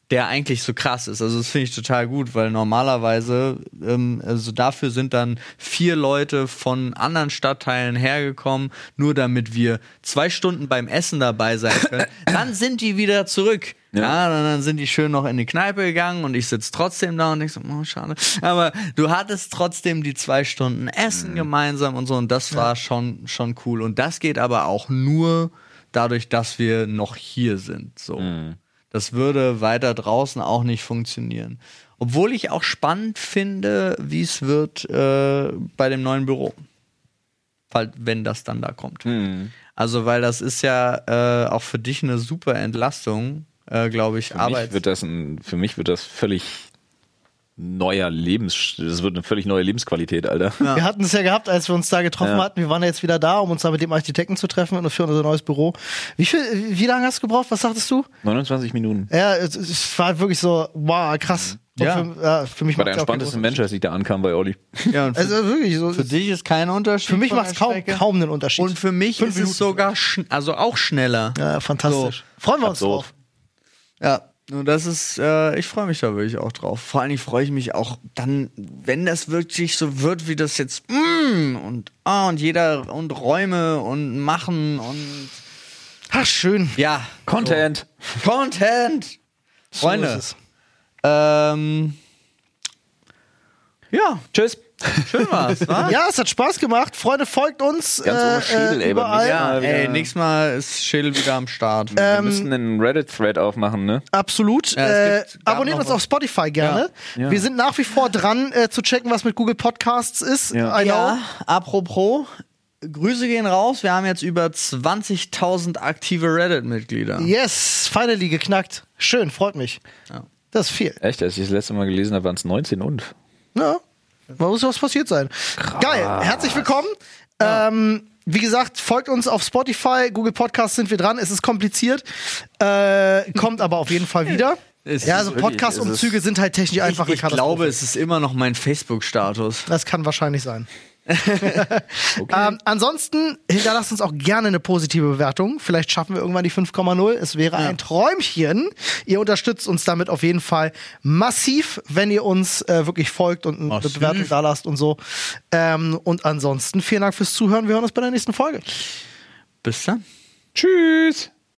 S1: der eigentlich so krass ist. Also das finde ich total gut, weil normalerweise, ähm, also dafür sind dann vier Leute von anderen Stadtteilen hergekommen, nur damit wir zwei Stunden beim Essen dabei sein können. Dann sind die wieder zurück. Ja, dann, dann sind die schön noch in die Kneipe gegangen und ich sitze trotzdem da und denk so, oh, schade. Aber du hattest trotzdem die zwei Stunden Essen gemeinsam und so und das war schon, schon cool. Und das geht aber auch nur dadurch, dass wir noch hier sind. So. Das würde weiter draußen auch nicht funktionieren. Obwohl ich auch spannend finde, wie es wird äh, bei dem neuen Büro. Fall- Wenn das dann da kommt.
S3: Hm.
S1: Also, weil das ist ja äh, auch für dich eine super Entlastung, äh, glaube ich.
S2: Für mich,
S1: Arbeits
S2: wird das ein, für mich wird das völlig neuer Lebens, das wird eine völlig neue Lebensqualität, Alter.
S3: Wir hatten es ja gehabt, als wir uns da getroffen
S2: Ja.
S3: hatten. Wir waren ja jetzt wieder da, um uns da mit dem Architekten zu treffen und für unser neues Büro. Wie viel, wie lange hast du gebraucht? Was sagtest du?
S2: 29 Minuten.
S3: Äh, Ja, es, es war wirklich so, wow, krass. Und
S1: Ja.
S3: Für, ja, für
S2: Mhm. War der
S3: mich macht ja auch keinen
S2: entspannteste
S3: großen-
S2: Mensch, als ich da ankam bei Olli.
S1: ja, und für,
S3: Also wirklich so.
S1: für dich ist kein Unterschied.
S3: Für mich
S1: von
S3: macht es
S1: der
S3: kaum,
S1: Strecke.
S3: kaum einen Unterschied.
S1: Und für mich
S3: Fünf
S1: ist
S3: Minuten.
S1: es sogar, schn also auch schneller.
S3: ja, fantastisch. Freuen wir uns
S2: Absurd.
S3: drauf.
S1: Ja, und das ist, äh, ich freue mich da wirklich auch drauf. Vor allen Dingen freue ich mich auch dann, wenn das wirklich so wird, wie das jetzt, mm, und ah, und jeder und Räume und machen und
S3: Ach, schön.
S1: ja.
S2: Content!
S1: So. Content!
S3: So
S1: Freunde.
S3: ist es.
S1: ähm, ja,
S2: Tschüss!
S1: schön war's, wa?
S3: Ja, es hat Spaß gemacht. Freunde, folgt uns.
S2: Ah.
S3: äh,
S2: Ganz ohne Schädel, ey, beim
S3: überall.
S2: nächsten Mal.
S1: Ja, ey,
S2: wieder-
S1: nächstes Mal ist Schädel wieder am Start.
S3: Äh,
S2: Wir müssen einen Reddit-Thread aufmachen, ne?
S3: Absolut.
S1: Ja,
S3: äh,
S1: es gibt- gab
S3: abonniert
S1: noch
S3: uns
S1: was.
S3: auf Spotify gerne.
S2: Ja.
S3: Wir sind nach wie vor dran, äh, zu checken, was mit Google Podcasts ist.
S2: Ja.
S3: I know.
S1: Ja, apropos, Grüße gehen raus. Wir haben jetzt über 20.000 aktive Reddit-Mitglieder.
S3: Yes, finally geknackt. Schön, freut mich.
S1: Ja.
S3: Das ist viel.
S2: Echt, als ich das letzte Mal gelesen habe, waren es 19 und.
S3: Ja, da muss was passiert sein. Geil, herzlich willkommen. Ähm, wie gesagt, folgt uns auf Spotify, Google Podcasts sind wir dran. Es ist kompliziert, äh, kommt aber auf jeden Fall wieder.
S1: Es
S3: ja,
S1: ist
S3: also
S2: wirklich-
S3: Podcast-Umzüge sind halt technisch einfach
S1: ich, ich
S3: eine Katastrophe.
S1: glaube, es ist immer noch mein Facebook-Status.
S3: Das kann wahrscheinlich sein. ähm, ansonsten hinterlasst uns auch gerne eine positive Bewertung. Vielleicht schaffen wir irgendwann die 5,0. Es wäre ein Träumchen. Ihr unterstützt uns damit auf jeden Fall massiv, wenn ihr uns äh, wirklich folgt und eine
S1: Massiv.
S3: Bewertung da lasst und so. Ähm, und ansonsten vielen Dank fürs Zuhören. Wir hören uns bei der nächsten Folge.
S1: Bis dann.
S2: Tschüss!